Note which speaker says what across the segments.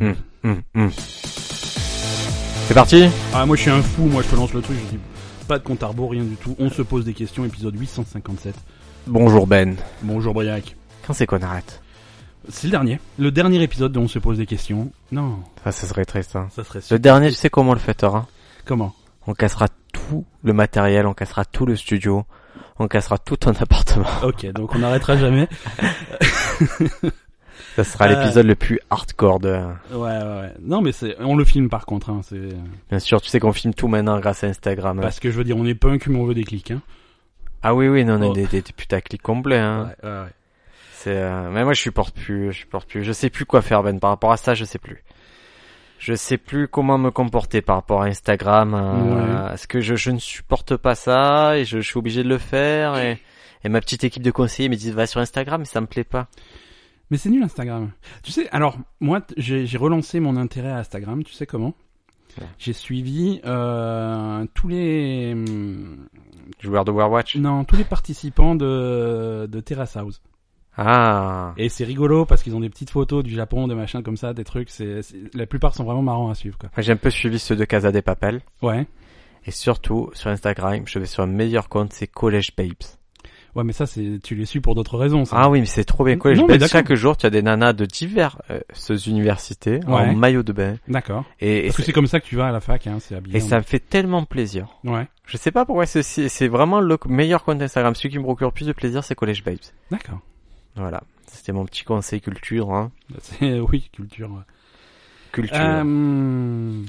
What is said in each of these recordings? Speaker 1: Hum, hum, hum. C'est parti
Speaker 2: Ah, moi je suis un fou, moi je te lance le truc, je dis pas de compte à rebours, rien du tout. On se pose des questions, épisode 857.
Speaker 1: Bonjour Ben.
Speaker 2: Bonjour Briac.
Speaker 1: Quand c'est qu'on arrête
Speaker 2: C'est le dernier. Le dernier épisode dont on se pose des questions. Non,
Speaker 1: Ça, ça serait triste. Hein.
Speaker 2: ça serait
Speaker 1: Le
Speaker 2: sûr.
Speaker 1: dernier, tu sais comment on le fêtera hein
Speaker 2: Comment
Speaker 1: On cassera tout le matériel, on cassera tout le studio, on cassera tout ton appartement.
Speaker 2: Ok, donc on n'arrêtera jamais.
Speaker 1: Ça sera
Speaker 2: Euh.
Speaker 1: l'épisode le plus hardcore de...
Speaker 2: Ouais, ouais, ouais. Non, mais c'est, on le filme par contre, hein, c'est,
Speaker 1: Bien sûr, tu sais qu'on filme tout maintenant grâce à Instagram. hein.
Speaker 2: parce que je veux dire, on est punk, mais on veut des clics, hein.
Speaker 1: Ah oui, oui, non, on a
Speaker 2: Oh.
Speaker 1: des, des, des putaclics complets. Hein.
Speaker 2: Ouais, ouais, ouais.
Speaker 1: C'est, euh, mais moi je supporte plus, je supporte plus. Je sais plus quoi faire Ben par rapport à ça, je sais plus. Je sais plus comment me comporter par rapport à Instagram. euh, Parce que je, je ne supporte pas ça et je, je suis obligé de le faire et, et ma petite équipe de conseillers me dit va sur Instagram mais ça me plaît pas.
Speaker 2: Mais c'est nul Instagram. Tu sais, alors moi t- j'ai j'ai relancé mon intérêt à Instagram, tu sais comment
Speaker 1: Ouais.
Speaker 2: J'ai suivi euh, tous les hum,
Speaker 1: Joueur de Warwatch.
Speaker 2: non tous les participants de de Terrace House.
Speaker 1: Ah.
Speaker 2: Et c'est rigolo parce qu'ils ont des petites photos du Japon, des machins comme ça, des trucs. C'est c'est- la plupart sont vraiment marrants à suivre quoi.
Speaker 1: Moi, J'ai un peu suivi ceux de Casa des Papel
Speaker 2: Ouais,
Speaker 1: et surtout sur Instagram je vais sur un meilleur compte c'est College Babes.
Speaker 2: ouais, mais ça c'est tu les suis pour d'autres raisons. ça.
Speaker 1: Ah oui, mais c'est trop bien. Collège
Speaker 2: Non, mais
Speaker 1: Babes,
Speaker 2: d'accord.
Speaker 1: chaque jour, tu as des nanas de divers euh, ces universités en
Speaker 2: Ouais.
Speaker 1: maillot de bain.
Speaker 2: D'accord.
Speaker 1: Et, et
Speaker 2: Parce que
Speaker 1: c'est-
Speaker 2: c'est comme ça que tu vas à la fac, hein, c'est habillé.
Speaker 1: Et
Speaker 2: en-
Speaker 1: ça me fait tellement plaisir.
Speaker 2: Ouais,
Speaker 1: Je sais pas pourquoi c'est, c'est c'est vraiment le meilleur compte Instagram. Celui qui me procure le plus de plaisir, c'est College Babes.
Speaker 2: d'accord.
Speaker 1: Voilà. C'était mon petit conseil culture, hein.
Speaker 2: C'est oui culture. ouais.
Speaker 1: Culture.
Speaker 2: Euh,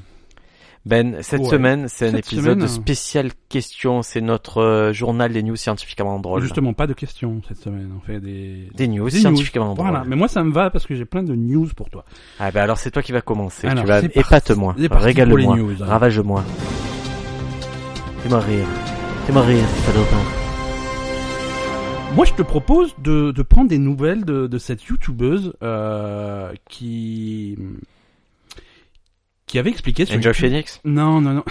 Speaker 1: ben, cette
Speaker 2: ouais.
Speaker 1: semaine, c'est un
Speaker 2: Cette
Speaker 1: épisode
Speaker 2: semaine, euh,
Speaker 1: spécial question. C'est notre euh, journal des news scientifiquement drôles.
Speaker 2: Justement, pas de questions cette semaine. On fait des
Speaker 1: Des news
Speaker 2: Des
Speaker 1: scientifiquement
Speaker 2: news.
Speaker 1: drôles.
Speaker 2: Voilà, mais moi ça me va parce que j'ai plein de news pour toi.
Speaker 1: Ah ben alors c'est toi qui vas commencer.
Speaker 2: Alors,
Speaker 1: tu vas
Speaker 2: c'est parti.
Speaker 1: épate-moi,
Speaker 2: C'est parti
Speaker 1: régale-moi,
Speaker 2: pour les news, hein.
Speaker 1: ravage-moi. Fais-moi rire. Fais-moi rire, salopin.
Speaker 2: Moi je te propose de, de prendre des nouvelles de, de cette youtubeuse euh, qui qui avait expliqué sur
Speaker 1: Enjoy
Speaker 2: YouTube-
Speaker 1: Phoenix.
Speaker 2: Non non non.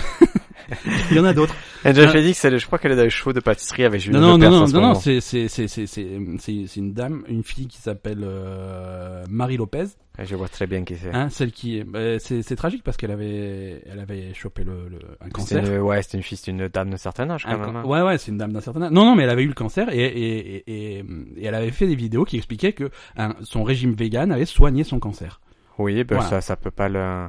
Speaker 2: Il y en a d'autres.
Speaker 1: Enjoy
Speaker 2: Ah.
Speaker 1: Phoenix, elle- je crois qu'elle est dans le show de pâtisserie avec Julien
Speaker 2: Non non non
Speaker 1: Lepers en
Speaker 2: non
Speaker 1: ce
Speaker 2: non, non
Speaker 1: moment.
Speaker 2: c'est c'est c'est c'est c'est c'est c'est une dame, une fille qui s'appelle euh, Marie Lopez.
Speaker 1: Ouais, Je vois très bien qui c'est.
Speaker 2: Hein, celle qui bah, c'est c'est tragique parce qu'elle avait elle avait chopé le, le un
Speaker 1: C'est
Speaker 2: cancer.
Speaker 1: une- ouais, c'est une fille, c'est une dame d'un certain âge
Speaker 2: Un
Speaker 1: quand même.
Speaker 2: can-
Speaker 1: hein.
Speaker 2: Ouais, ouais, c'est une dame d'un certain âge. Non, non, mais elle avait eu le cancer et, et, et, et- et elle avait fait des vidéos qui expliquaient que hein, son régime vegan avait soigné son cancer.
Speaker 1: Oui, ben
Speaker 2: Voilà.
Speaker 1: ça, ça peut pas le.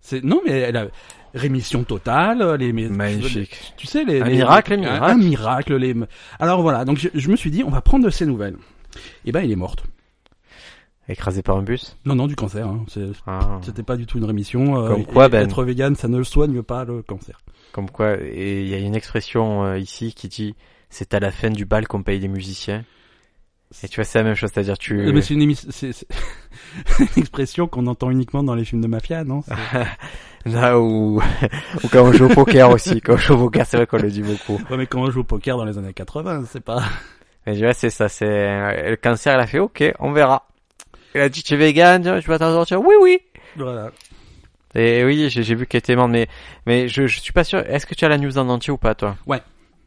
Speaker 2: C'est non, mais elle a rémission totale, euh, les mais-
Speaker 1: Magnifique.
Speaker 2: Tu sais les
Speaker 1: Un
Speaker 2: les-
Speaker 1: miracle, un
Speaker 2: un
Speaker 1: miracle.
Speaker 2: miracle, les. Alors voilà, donc je, je me suis dit, on va prendre de ses nouvelles. Et ben, elle est morte.
Speaker 1: Écrasée par un bus.
Speaker 2: Non, non, du cancer. hein. C'est-
Speaker 1: Ah.
Speaker 2: C'était pas du tout une rémission. euh,
Speaker 1: Comme quoi,
Speaker 2: et-
Speaker 1: Ben.
Speaker 2: Être vegan, ça ne soigne pas le cancer.
Speaker 1: Comme quoi, et il y a une expression euh, ici qui dit c'est à la fin du bal qu'on paye les musiciens. Et tu vois, c'est la même chose, c'est-à-dire tu.
Speaker 2: Euh, Mais c'est une, émis- c'est- c'est- une expression qu'on entend uniquement dans les films de mafia, non C'est-
Speaker 1: Ah. Là où. ou quand on joue au poker aussi. Quand on joue au poker, c'est vrai qu'on le dit beaucoup.
Speaker 2: Ouais, mais quand on joue au poker dans les années 80, c'est pas.
Speaker 1: Mais tu vois, c'est ça, c'est. euh, Le cancer, elle a fait ok, on verra. Elle a dit tu es vegan, tu vas t'en sortir. Oui, oui.
Speaker 2: Voilà.
Speaker 1: Et oui, j'ai j'ai vu qu'elle était morte, mais, mais je, je suis pas sûr. Est-ce que tu as la news en entier ou pas, toi
Speaker 2: Ouais.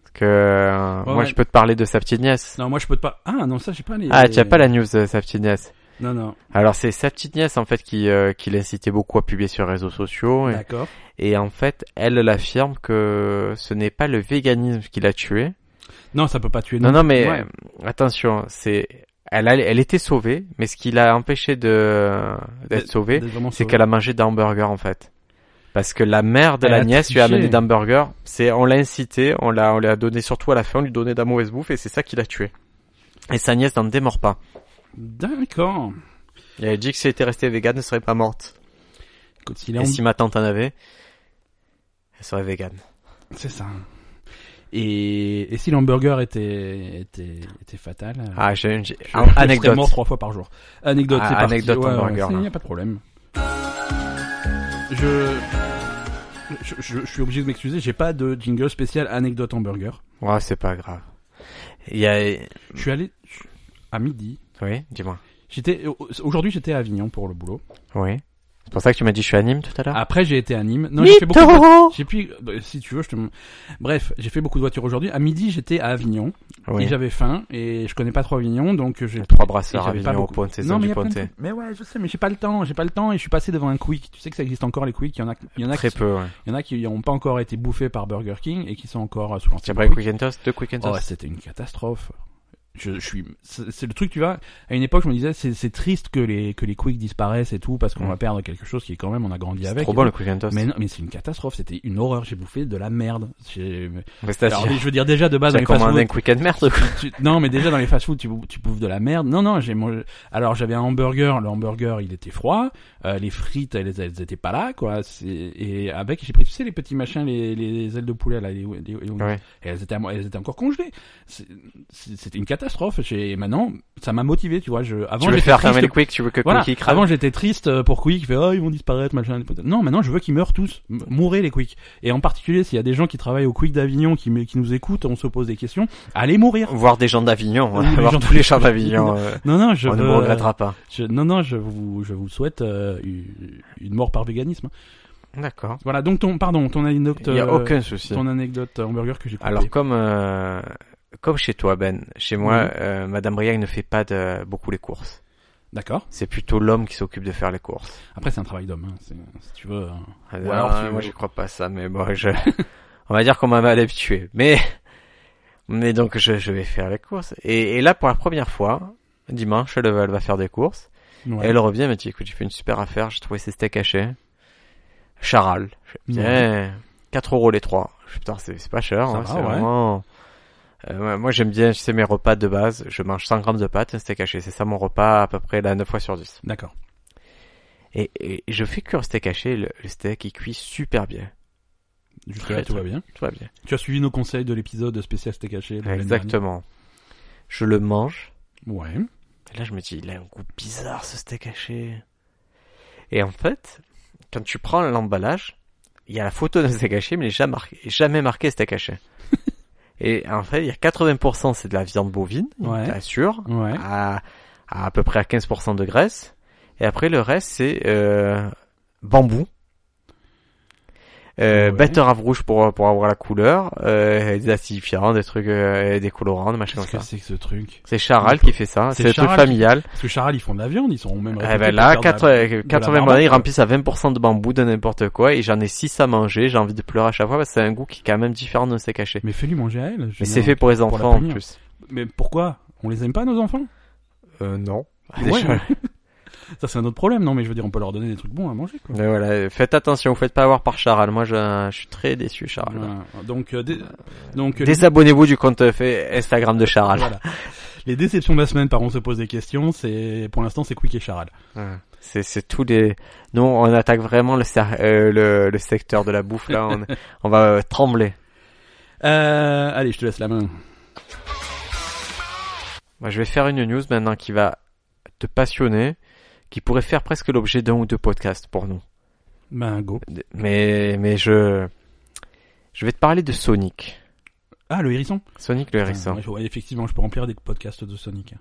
Speaker 1: Parce que euh, moi,
Speaker 2: ouais.
Speaker 1: je peux te parler de sa petite nièce.
Speaker 2: Non, moi je peux te pas. Ah non, ça j'ai pas les.
Speaker 1: Ah, tu as pas la news de sa petite nièce.
Speaker 2: Non, non.
Speaker 1: Alors, c'est sa petite nièce, en fait, qui, euh, qui l'incitait beaucoup à publier sur les réseaux sociaux. Et,
Speaker 2: D'accord.
Speaker 1: et en fait, elle l'affirme que ce n'est pas le véganisme qui l'a tué.
Speaker 2: Non, ça peut pas tuer.
Speaker 1: Non, non, mais
Speaker 2: Ouais.
Speaker 1: euh, attention, c'est... Elle, allait- elle était sauvée, mais ce qui l'a empêché de d'être sauvée,
Speaker 2: D'être vraiment
Speaker 1: c'est
Speaker 2: sauvé.
Speaker 1: qu'elle a mangé d'hamburger en fait. Parce que la mère de
Speaker 2: Elle
Speaker 1: la
Speaker 2: a
Speaker 1: nièce lui a
Speaker 2: triché.
Speaker 1: amené d'hamburger. C'est, on l'a incité, on l'a, on l'a donné surtout à la fin, on lui donnait de la mauvaise bouffe et c'est ça qui l'a tué. Et sa nièce n'en démord pas.
Speaker 2: D'accord.
Speaker 1: Et elle dit que si elle était restée végane, elle serait pas morte.
Speaker 2: Écoute, s'il est
Speaker 1: Et
Speaker 2: en-
Speaker 1: si ma tante en avait, elle serait végane.
Speaker 2: C'est ça. Et, et si l'hamburger était, était, était fatal euh,
Speaker 1: Ah, j'ai une, j'ai-
Speaker 2: je-
Speaker 1: an-
Speaker 2: je serais
Speaker 1: anecdote.
Speaker 2: mort trois fois par jour. Anecdote,
Speaker 1: Ah,
Speaker 2: c'est parti.
Speaker 1: anecdote
Speaker 2: Ouais, ouais,
Speaker 1: hamburger,
Speaker 2: c'est-
Speaker 1: là.
Speaker 2: y a pas de problème. Je, je, je, je suis obligé de m'excuser, j'ai pas de jingle spécial anecdote hamburger.
Speaker 1: Ouais, c'est pas grave. Il y a,
Speaker 2: Je suis allé je- à midi.
Speaker 1: oui, dis-moi.
Speaker 2: J'étais aujourd'hui j'étais à Avignon pour le boulot
Speaker 1: Oui. C'est pour ça que tu m'as dit je suis à Nîmes tout à l'heure
Speaker 2: Après, j'ai été à Nîmes. Ah, Non, j'ai fait beaucoup. De... J'ai pu... bah, si tu veux, je te. Bref, j'ai fait beaucoup de voitures aujourd'hui. À midi, j'étais à Avignon
Speaker 1: Oui.
Speaker 2: et j'avais faim et je connais pas trop Avignon, donc euh, j'ai.
Speaker 1: Trois brasseurs
Speaker 2: et
Speaker 1: à
Speaker 2: j'avais
Speaker 1: venir
Speaker 2: pas
Speaker 1: au
Speaker 2: beaucoup.
Speaker 1: Pontet,
Speaker 2: Non,
Speaker 1: zone
Speaker 2: mais
Speaker 1: du
Speaker 2: y a plein de
Speaker 1: Pontet.
Speaker 2: trucs. Mais ouais, je sais, mais j'ai pas le temps, j'ai pas le temps et je suis passé devant un Quick. Tu sais que ça existe encore les Quick. Il y en a, il y en a, qui,
Speaker 1: Très peu, ouais.
Speaker 2: il y en a qui ont pas encore été bouffés par Burger King et qui sont encore euh, sous
Speaker 1: Tiens,
Speaker 2: l'ancien.
Speaker 1: après
Speaker 2: Quick.
Speaker 1: Quick and Toast, deux Quick and
Speaker 2: Oh,
Speaker 1: Toast.
Speaker 2: c'était une catastrophe. Je, je suis, c'est c'est le truc, tu vois. À une époque, je me disais, c'est, c'est triste que les que les quicks disparaissent et tout parce qu'on
Speaker 1: Mm.
Speaker 2: va perdre quelque chose qui est quand même on a grandi
Speaker 1: c'est
Speaker 2: avec.
Speaker 1: trop bon le Quick and Toast.
Speaker 2: Mais non, mais c'est une catastrophe. C'était une horreur. J'ai bouffé de la merde. J'ai-
Speaker 1: Mais c'est
Speaker 2: Alors, je veux dire déjà de base dans
Speaker 1: T'as
Speaker 2: les fast
Speaker 1: commandé un Quick and Merde, quoi.
Speaker 2: tu- non, mais déjà dans les fast-food, tu, bou- tu bouffes de la merde. Non, non, j'ai mangé. Alors j'avais un hamburger. Le hamburger, il était froid. Euh, les frites, elles, elles étaient pas là, quoi. C'est- Et avec, j'ai pris, tu sais, les petits machins, les, les ailes de poulet là, les, les- les-
Speaker 1: Ouais.
Speaker 2: et elles étaient, à moi- elles étaient encore congelées. C'est- c'est- C'était une catastrophe. J'ai, et maintenant, ça m'a motivé, tu vois. Je, avant,
Speaker 1: Tu veux
Speaker 2: j'étais
Speaker 1: faire fermer
Speaker 2: triste-
Speaker 1: les Quick, tu veux que
Speaker 2: Voilà.
Speaker 1: Quick crame.
Speaker 2: Avant, j'étais triste pour Quick. Fait, oh, ils vont disparaître, machin. les potes. Non, maintenant, je veux qu'ils meurent tous. M- Mourez les Quick. Et en particulier, s'il y a des gens qui travaillent au Quick d'Avignon, qui, me- qui nous écoutent, on se pose des questions. Allez mourir.
Speaker 1: Voir des gens d'Avignon,
Speaker 2: Oui,
Speaker 1: ouais.
Speaker 2: les
Speaker 1: voir
Speaker 2: gens
Speaker 1: tous les gens
Speaker 2: d'Avignon.
Speaker 1: d'Avignon. euh,
Speaker 2: Non, non, je
Speaker 1: On ne
Speaker 2: veux- euh,
Speaker 1: me regrettera pas.
Speaker 2: je- non, non, je vous, je vous souhaite euh, une une mort par véganisme.
Speaker 1: D'accord.
Speaker 2: Voilà. Donc ton, pardon, ton anecdote,
Speaker 1: Il n'y a
Speaker 2: euh,
Speaker 1: aucun souci.
Speaker 2: ton anecdote hamburger que j'ai. coupé.
Speaker 1: Alors comme euh, comme chez toi Ben, chez moi,
Speaker 2: Oui.
Speaker 1: euh, Madame Briac ne fait pas de, beaucoup les courses.
Speaker 2: D'accord.
Speaker 1: C'est plutôt l'homme qui s'occupe de faire les courses.
Speaker 2: Après, c'est un travail d'homme. hein. C'est- Si tu veux. hein.
Speaker 1: Alors,
Speaker 2: alors,
Speaker 1: euh,
Speaker 2: tu-
Speaker 1: moi je crois pas à ça, mais bon, je... on va dire qu'on m'a mal habitué. Mais mais donc je, je vais faire les courses. Et, et là pour la première fois, dimanche, elle, va- elle va faire des courses.
Speaker 2: Ouais.
Speaker 1: Et elle revient, elle me dit, écoute, j'ai fait une super affaire, j'ai trouvé ces steaks hachés. Charal. Je fais, Eh, 4 euros les trois. Je fais, Putain, c'est c'est pas cher,
Speaker 2: Ça
Speaker 1: hein,
Speaker 2: va,
Speaker 1: c'est
Speaker 2: ouais.
Speaker 1: vraiment... Euh, ouais, moi j'aime bien, c'est mes repas de base, je mange 100 grammes de pâtes, un steak haché, c'est ça mon repas à peu près là 9 fois sur 10.
Speaker 2: D'accord.
Speaker 1: Et, et je fais cuire le steak haché, le, le steak il cuit super bien,
Speaker 2: Jusque
Speaker 1: Très,
Speaker 2: là, tout
Speaker 1: très-
Speaker 2: va bien.
Speaker 1: tout va bien.
Speaker 2: Tu as suivi nos conseils de l'épisode spécial C'était caché. de l'année
Speaker 1: Exactement. Je le mange,
Speaker 2: dernière. Ouais.
Speaker 1: et là je me dis, il a un goût bizarre ce steak haché. Et en fait, quand tu prends l'emballage, il y a la photo d'un steak haché, mais il n'est jamais marqué, jamais marqué steak haché. et en fait, il y a 80% c'est de la viande bovine,
Speaker 2: Ouais.
Speaker 1: bien sûr,
Speaker 2: Ouais.
Speaker 1: à, à à peu près à 15% de graisse. Et après, le reste, c'est euh, bambou. Euh,
Speaker 2: Ouais.
Speaker 1: Batteur à rouge pour, pour avoir la couleur, euh, des acidifiants, des trucs, euh, des colorants, des machins
Speaker 2: Qu'est-ce
Speaker 1: comme
Speaker 2: que
Speaker 1: ça.
Speaker 2: c'est que ce truc
Speaker 1: C'est Charal qui fait ça,
Speaker 2: C'est
Speaker 1: c'est le truc
Speaker 2: Charal qui-
Speaker 1: familial.
Speaker 2: Parce que Charal, ils font de la viande, ils sont même.
Speaker 1: Eh
Speaker 2: réputés
Speaker 1: ben
Speaker 2: pour
Speaker 1: là,
Speaker 2: faire de la-
Speaker 1: 80, 80
Speaker 2: barbaque,
Speaker 1: bananes, ils
Speaker 2: quoi.
Speaker 1: remplissent à 20% de bambou de n'importe quoi, et j'en ai 6 à manger, j'ai envie de pleurer à chaque fois, parce que c'est un goût qui est quand même différent de ses cachets.
Speaker 2: Mais fais-lui manger à elle. je
Speaker 1: Mais
Speaker 2: veux
Speaker 1: c'est
Speaker 2: dire.
Speaker 1: fait pour les
Speaker 2: la
Speaker 1: enfants, en
Speaker 2: punir.
Speaker 1: plus.
Speaker 2: Mais pourquoi On les aime pas, nos enfants
Speaker 1: Euh, non.
Speaker 2: Ouais. Ça, c'est un autre problème, non Mais je veux dire, on peut leur donner des trucs bons à manger, quoi.
Speaker 1: Mais voilà, euh, faites attention, vous faites pas avoir par Charal. Moi, je, je suis très déçu, Charal.
Speaker 2: Voilà. Donc, euh, dé- donc euh,
Speaker 1: Désabonnez-vous du compte euh, fait- Instagram de Charal.
Speaker 2: voilà. Les déceptions de la semaine, par on se pose des questions. C'est pour l'instant, c'est Quick et Charal.
Speaker 1: Ouais. C'est, c'est tous les. Nous, on attaque vraiment le, cer- euh, le, le secteur de la bouffe là. On, on va euh, trembler.
Speaker 2: Euh, allez, je te laisse la main.
Speaker 1: Moi, je vais faire une news maintenant qui va te passionner, qui pourrait faire presque l'objet d'un ou deux podcasts pour nous.
Speaker 2: Ben go.
Speaker 1: De- Mais, mais je, je vais te parler de Sonic.
Speaker 2: Ah, le hérisson.
Speaker 1: Sonic le
Speaker 2: Ah,
Speaker 1: hérisson.
Speaker 2: ouais, je- ouais, effectivement, je peux remplir des podcasts de Sonic.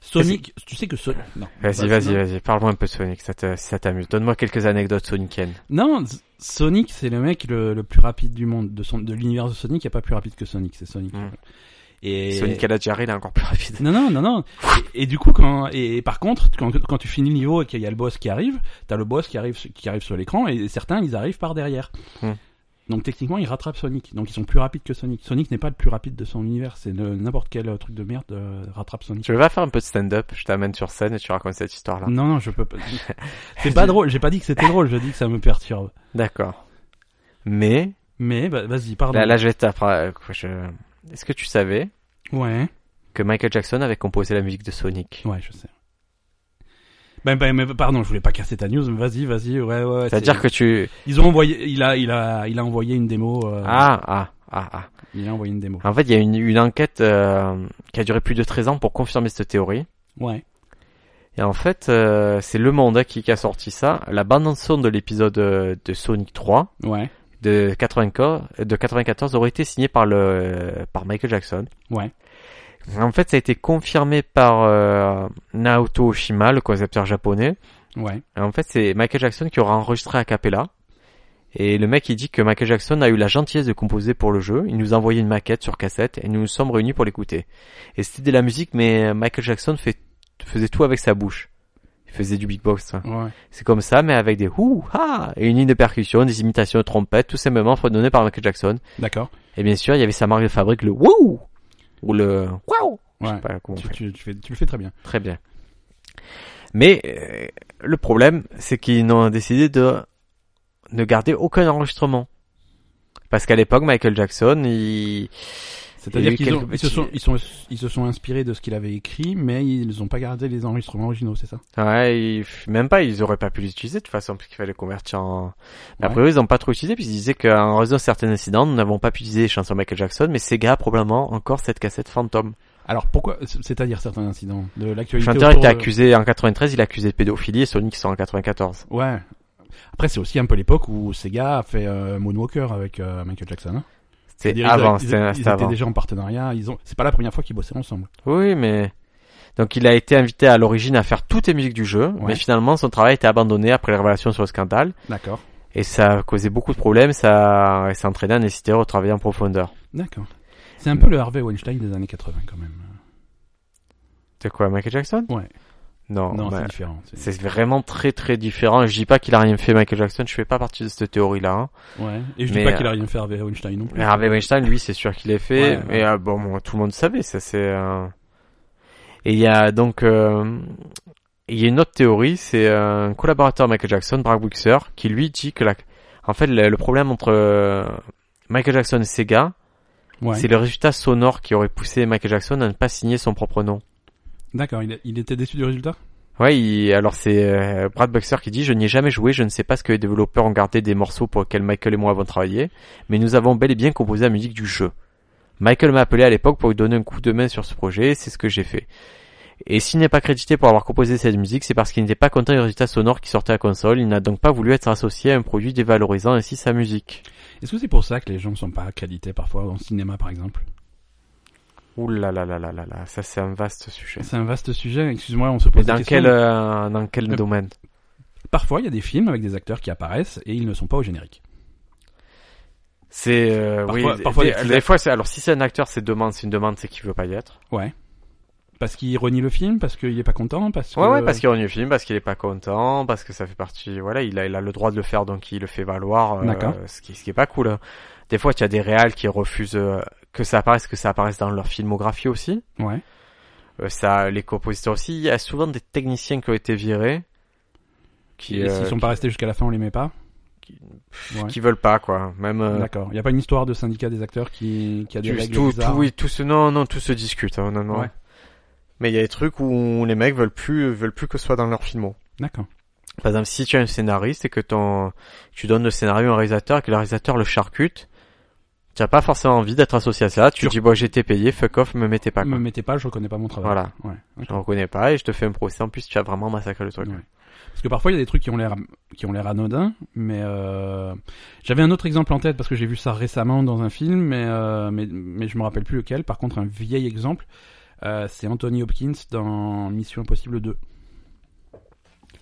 Speaker 2: Sonic, tu sais que ce... Non.
Speaker 1: Vas-y,
Speaker 2: Bah,
Speaker 1: vas-y, vas-y. Parle-moi un peu de Sonic. Ça, te- ça t'amuse. Donne-moi quelques anecdotes soniciennes.
Speaker 2: Non, S- Sonic, c'est le mec le, le plus rapide du monde. De, son, de l'univers de Sonic, il n'y a pas plus rapide que Sonic, c'est Sonic.
Speaker 1: Mm.
Speaker 2: Et...
Speaker 1: Sonic à la diarrhée, il est encore plus rapide.
Speaker 2: Non, non, non, non. Et, et du coup, quand, et, et par contre, quand, quand tu finis le niveau et qu'il y a le boss qui arrive, t'as le boss qui arrive, su- qui arrive sur l'écran et certains, ils arrivent par derrière.
Speaker 1: Hmm.
Speaker 2: Donc techniquement, ils rattrapent Sonic. Donc ils sont plus rapides que Sonic. Sonic n'est pas le plus rapide de son univers. C'est le- n'importe quel euh, truc de merde euh, rattrape Sonic.
Speaker 1: Tu veux pas faire un peu de stand-up Je t'amène sur scène et tu racontes cette histoire-là.
Speaker 2: Non, non, je peux pas. C'est pas drôle. J'ai pas dit que c'était drôle. Je dis que ça me perturbe.
Speaker 1: D'accord. Mais
Speaker 2: Mais bah, vas-y, pardon.
Speaker 1: là, là, je vais t'apprendre. Je... Est-ce que tu savais
Speaker 2: Ouais.
Speaker 1: que Michael Jackson avait composé la musique de Sonic
Speaker 2: Ouais, je sais. Ben, ben, mais pardon, je voulais pas casser ta news, mais vas-y, vas-y, ouais, ouais. ouais,
Speaker 1: C'est-à-dire
Speaker 2: c'est-
Speaker 1: que tu
Speaker 2: ils ont envoyé, il a, il a, il a envoyé une démo. euh,
Speaker 1: ah ah ah ah.
Speaker 2: il a envoyé une démo.
Speaker 1: En fait, il y a une, une enquête euh, qui a duré plus de 13 ans pour confirmer cette théorie.
Speaker 2: Ouais.
Speaker 1: Et en fait, euh, c'est Le Monde hein, qui, qui a sorti ça. La bande son de l'épisode euh, de Sonic 3
Speaker 2: Ouais.
Speaker 1: de 94, de 94 aurait été signée par le par Michael Jackson.
Speaker 2: Ouais.
Speaker 1: En fait, ça a été confirmé par euh, Naoto Oshima, le concepteur japonais,
Speaker 2: Ouais.
Speaker 1: Et en fait, c'est Michael Jackson qui aura enregistré a cappella. Et le mec, il dit que Michael Jackson a eu la gentillesse de composer pour le jeu. Il nous a envoyé une maquette sur cassette et nous nous sommes réunis pour l'écouter. Et c'était de la musique, mais Michael Jackson fait, faisait tout avec sa bouche. Il faisait du beatbox. hein.
Speaker 2: Ouais.
Speaker 1: C'est comme ça, mais avec des hou ha et une ligne de percussion, des imitations de trompettes, tous ces moments fredonnés par Michael Jackson.
Speaker 2: D'accord.
Speaker 1: Et bien sûr, il y avait sa marque de fabrique, le wouh ou le waouh. Je
Speaker 2: Ouais.
Speaker 1: sais pas comment on
Speaker 2: Tu,
Speaker 1: fait.
Speaker 2: tu- tu fais- tu le fais très bien.
Speaker 1: Très bien. Mais euh, le problème, c'est qu'ils n'ont décidé de ne garder aucun enregistrement. Parce qu'à l'époque, Michael Jackson, il... Il y a
Speaker 2: C'est-à-dire
Speaker 1: eu
Speaker 2: qu'ils ont-
Speaker 1: quelques
Speaker 2: ils se
Speaker 1: petits-
Speaker 2: sont, ils sont, ils se sont inspirés de ce qu'il avait écrit, mais ils ont pas gardé les enregistrements originaux, c'est ça
Speaker 1: Ouais, il- même pas, ils auraient pas pu l'utiliser de toute façon, puisqu'il fallait convertir en... Mais
Speaker 2: Ouais.
Speaker 1: Après, eux, ils n'ont pas trop utilisé, puisqu'ils disaient qu'en raison de certains incidents, nous n'avons pas pu utiliser les chansons de Michael Jackson, mais Sega a probablement encore cette cassette fantôme.
Speaker 2: Alors pourquoi C'est-à-dire certains incidents de
Speaker 1: Le
Speaker 2: l'actualité.
Speaker 1: chanteur
Speaker 2: autour
Speaker 1: était
Speaker 2: de-
Speaker 1: accusé en 93, il est accusé de pédophilie, et Sonic sort en 94.
Speaker 2: Ouais. Après, c'est aussi un peu l'époque où Sega a fait euh, Moonwalker avec euh, Michael Jackson. hein.
Speaker 1: C'était
Speaker 2: C'est-à-dire, ils
Speaker 1: avant,
Speaker 2: a- ils,
Speaker 1: c'était
Speaker 2: a-
Speaker 1: un
Speaker 2: ils
Speaker 1: instant
Speaker 2: étaient
Speaker 1: avant.
Speaker 2: déjà en partenariat. Ils ont. C'est pas la première fois qu'ils bossaient ensemble.
Speaker 1: Oui, mais donc il a été invité à l'origine à faire toutes les musiques du jeu,
Speaker 2: Ouais.
Speaker 1: mais finalement son travail a été abandonné après les révélations sur le scandale
Speaker 2: D'accord. et
Speaker 1: et ça a causé beaucoup de problèmes, ça et ça a entraîné un nécessité de retravailler en profondeur.
Speaker 2: D'accord. C'est un peu le Harvey Weinstein des années 80 quand même.
Speaker 1: C'est quoi Michael Jackson
Speaker 2: Ouais.
Speaker 1: Non, bah,
Speaker 2: non,
Speaker 1: mais
Speaker 2: c'est différent. c'est-
Speaker 1: c'est vraiment très très différent. Je dis pas qu'il a rien fait Michael Jackson, je fais pas partie de cette théorie là. Hein.
Speaker 2: Ouais. Et je dis
Speaker 1: Mais,
Speaker 2: pas
Speaker 1: euh,
Speaker 2: qu'il a rien fait à Harvey Weinstein non plus.
Speaker 1: Mais Harvey Weinstein, lui, c'est sûr qu'il est fait.
Speaker 2: Ouais, ouais.
Speaker 1: Mais euh, bon, bon, tout le monde savait, ça c'est. euh, Et il y a donc, euh, il y a une autre théorie, c'est euh, un collaborateur de Michael Jackson, Brad Buxer, qui lui dit que la, en fait, le, le problème entre euh, Michael Jackson et Sega,
Speaker 2: Ouais.
Speaker 1: c'est le résultat sonore qui aurait poussé Michael Jackson à ne pas signer son propre nom.
Speaker 2: D'accord. Il, il était déçu du résultat.
Speaker 1: Ouais, il- alors c'est euh, Brad Buxer qui dit Je n'y ai jamais joué, je ne sais pas ce que les développeurs ont gardé des morceaux pour lesquels Michael et moi avons travaillé, mais nous avons bel et bien composé la musique du jeu. Michael m'a appelé à l'époque pour lui donner un coup de main sur ce projet, c'est ce que j'ai fait. Et s'il n'est pas crédité pour avoir composé cette musique, c'est parce qu'il n'était pas content du résultat sonore qui sortait à la console, il n'a donc pas voulu être associé à un produit dévalorisant ainsi sa musique.
Speaker 2: Est-ce que c'est pour ça que les gens sont pas accrédités parfois en cinéma par exemple
Speaker 1: Ouh là là là là là là, ça c'est un vaste sujet.
Speaker 2: C'est un vaste sujet. Excuse-moi, on se pose
Speaker 1: Mais
Speaker 2: des
Speaker 1: dans
Speaker 2: questions.
Speaker 1: quel, euh, dans quel
Speaker 2: Le-
Speaker 1: domaine
Speaker 2: Parfois, il y a des films avec des acteurs qui apparaissent et ils ne sont pas au générique.
Speaker 1: C'est euh,
Speaker 2: Parfois-
Speaker 1: oui,
Speaker 2: parfois,
Speaker 1: des,
Speaker 2: les petits
Speaker 1: des fois c'est alors si c'est un acteur c'est demande, c'est une demande c'est qu'il veut pas y être.
Speaker 2: Ouais. Parce qu'il renie le film, parce qu'il est pas content, parce que.
Speaker 1: Ouais ouais parce qu'il renie le film, parce qu'il est pas content, parce que ça fait partie voilà, il a il a le droit de le faire donc il le fait valoir euh,
Speaker 2: D'accord.
Speaker 1: ce qui ce qui est pas cool. hein. Des fois tu as des réals qui refusent euh, que ça apparaisse que ça apparaisse dans leur filmographie aussi.
Speaker 2: Ouais.
Speaker 1: Euh, ça les compositeurs aussi, il y a souvent des techniciens qui ont été virés qui
Speaker 2: et
Speaker 1: euh,
Speaker 2: s'ils sont
Speaker 1: qui,
Speaker 2: pas restés jusqu'à la fin, on les met pas. Ouais.
Speaker 1: qui veulent pas quoi. Même euh,
Speaker 2: D'accord. Il y a pas une histoire de syndicat des acteurs qui, qui a des
Speaker 1: Tu-
Speaker 2: règles
Speaker 1: tout,
Speaker 2: bizarres.
Speaker 1: tout, oui, tout se, non, non, tout se discute, hein, non, non.
Speaker 2: Ouais.
Speaker 1: Mais il y a des trucs où les mecs veulent plus, veulent plus que ce soit dans leur filmo.
Speaker 2: D'accord.
Speaker 1: Par exemple, si tu es un scénariste et que ton, tu donnes le scénario à un réalisateur et que le réalisateur le charcute, tu n'as pas forcément envie d'être associé à ça. Tu
Speaker 2: Sur-
Speaker 1: dis, bon, j'ai été payé, fuck off, me mettez pas, quoi.
Speaker 2: Me mettez pas, je reconnais pas mon travail.
Speaker 1: Voilà.
Speaker 2: Ouais. ok.
Speaker 1: Je ne reconnais pas et je te fais un procès. En plus, tu as vraiment massacré le truc.
Speaker 2: Ouais. Parce que parfois il y a des trucs qui ont l'air qui ont l'air anodins, mais euh, j'avais un autre exemple en tête parce que j'ai vu ça récemment dans un film, mais euh, mais, mais je me rappelle plus lequel. Par contre, un vieil exemple, euh, c'est Anthony Hopkins dans Mission Impossible 2.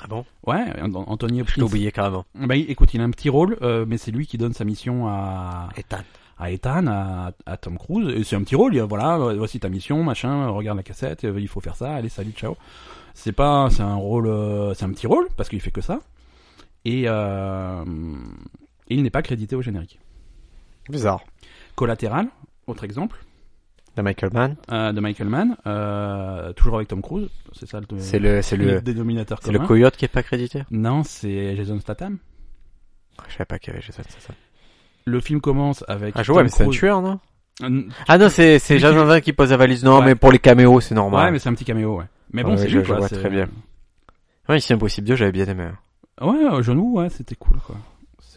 Speaker 1: Ah bon?
Speaker 2: Ouais, An- Anthony
Speaker 1: Je l'ai
Speaker 2: Hopkins.
Speaker 1: oublié carrément.
Speaker 2: Bah, il- écoute, il a un petit rôle, euh, mais c'est lui qui donne sa mission à
Speaker 1: Et t'as-
Speaker 2: à Ethan, à, à Tom Cruise. Et c'est un petit rôle, il y a, voilà, voici ta mission, machin, regarde la cassette, euh, il faut faire ça, allez, salut, ciao. C'est pas, c'est un rôle, euh, c'est un petit rôle, parce qu'il fait que ça. Et, euh, et il n'est pas crédité au générique.
Speaker 1: Bizarre.
Speaker 2: Collatéral, autre exemple,
Speaker 1: De Michael Mann.
Speaker 2: euh, de Michael Mann, euh, toujours avec Tom Cruise, c'est ça le,
Speaker 1: C'est le, c'est
Speaker 2: le
Speaker 1: le,
Speaker 2: dénominateur
Speaker 1: c'est le
Speaker 2: commun.
Speaker 1: coyote qui est pas crédité?
Speaker 2: non, c'est Jason Statham.
Speaker 1: Je savais pas qu'il y avait Jason Statham.
Speaker 2: Le film commence avec
Speaker 1: Ah, je
Speaker 2: Tom
Speaker 1: vois, mais c'est un
Speaker 2: Cruise.
Speaker 1: tueur, non?
Speaker 2: Un-
Speaker 1: Ah non, c'est c'est
Speaker 2: Lui
Speaker 1: Jean Van qui pose la valise. Non,
Speaker 2: Ouais.
Speaker 1: mais pour les caméos, c'est
Speaker 2: Ouais,
Speaker 1: normal.
Speaker 2: mais c'est un petit caméo, ouais. Mais bon,
Speaker 1: Ouais,
Speaker 2: c'est
Speaker 1: je-
Speaker 2: lui,
Speaker 1: je
Speaker 2: quoi.
Speaker 1: vois
Speaker 2: c'est-
Speaker 1: très bien. Ouais, Mission Impossible 2, j'avais bien aimé. hein.
Speaker 2: Ouais, au genou, ouais, c'était cool, quoi.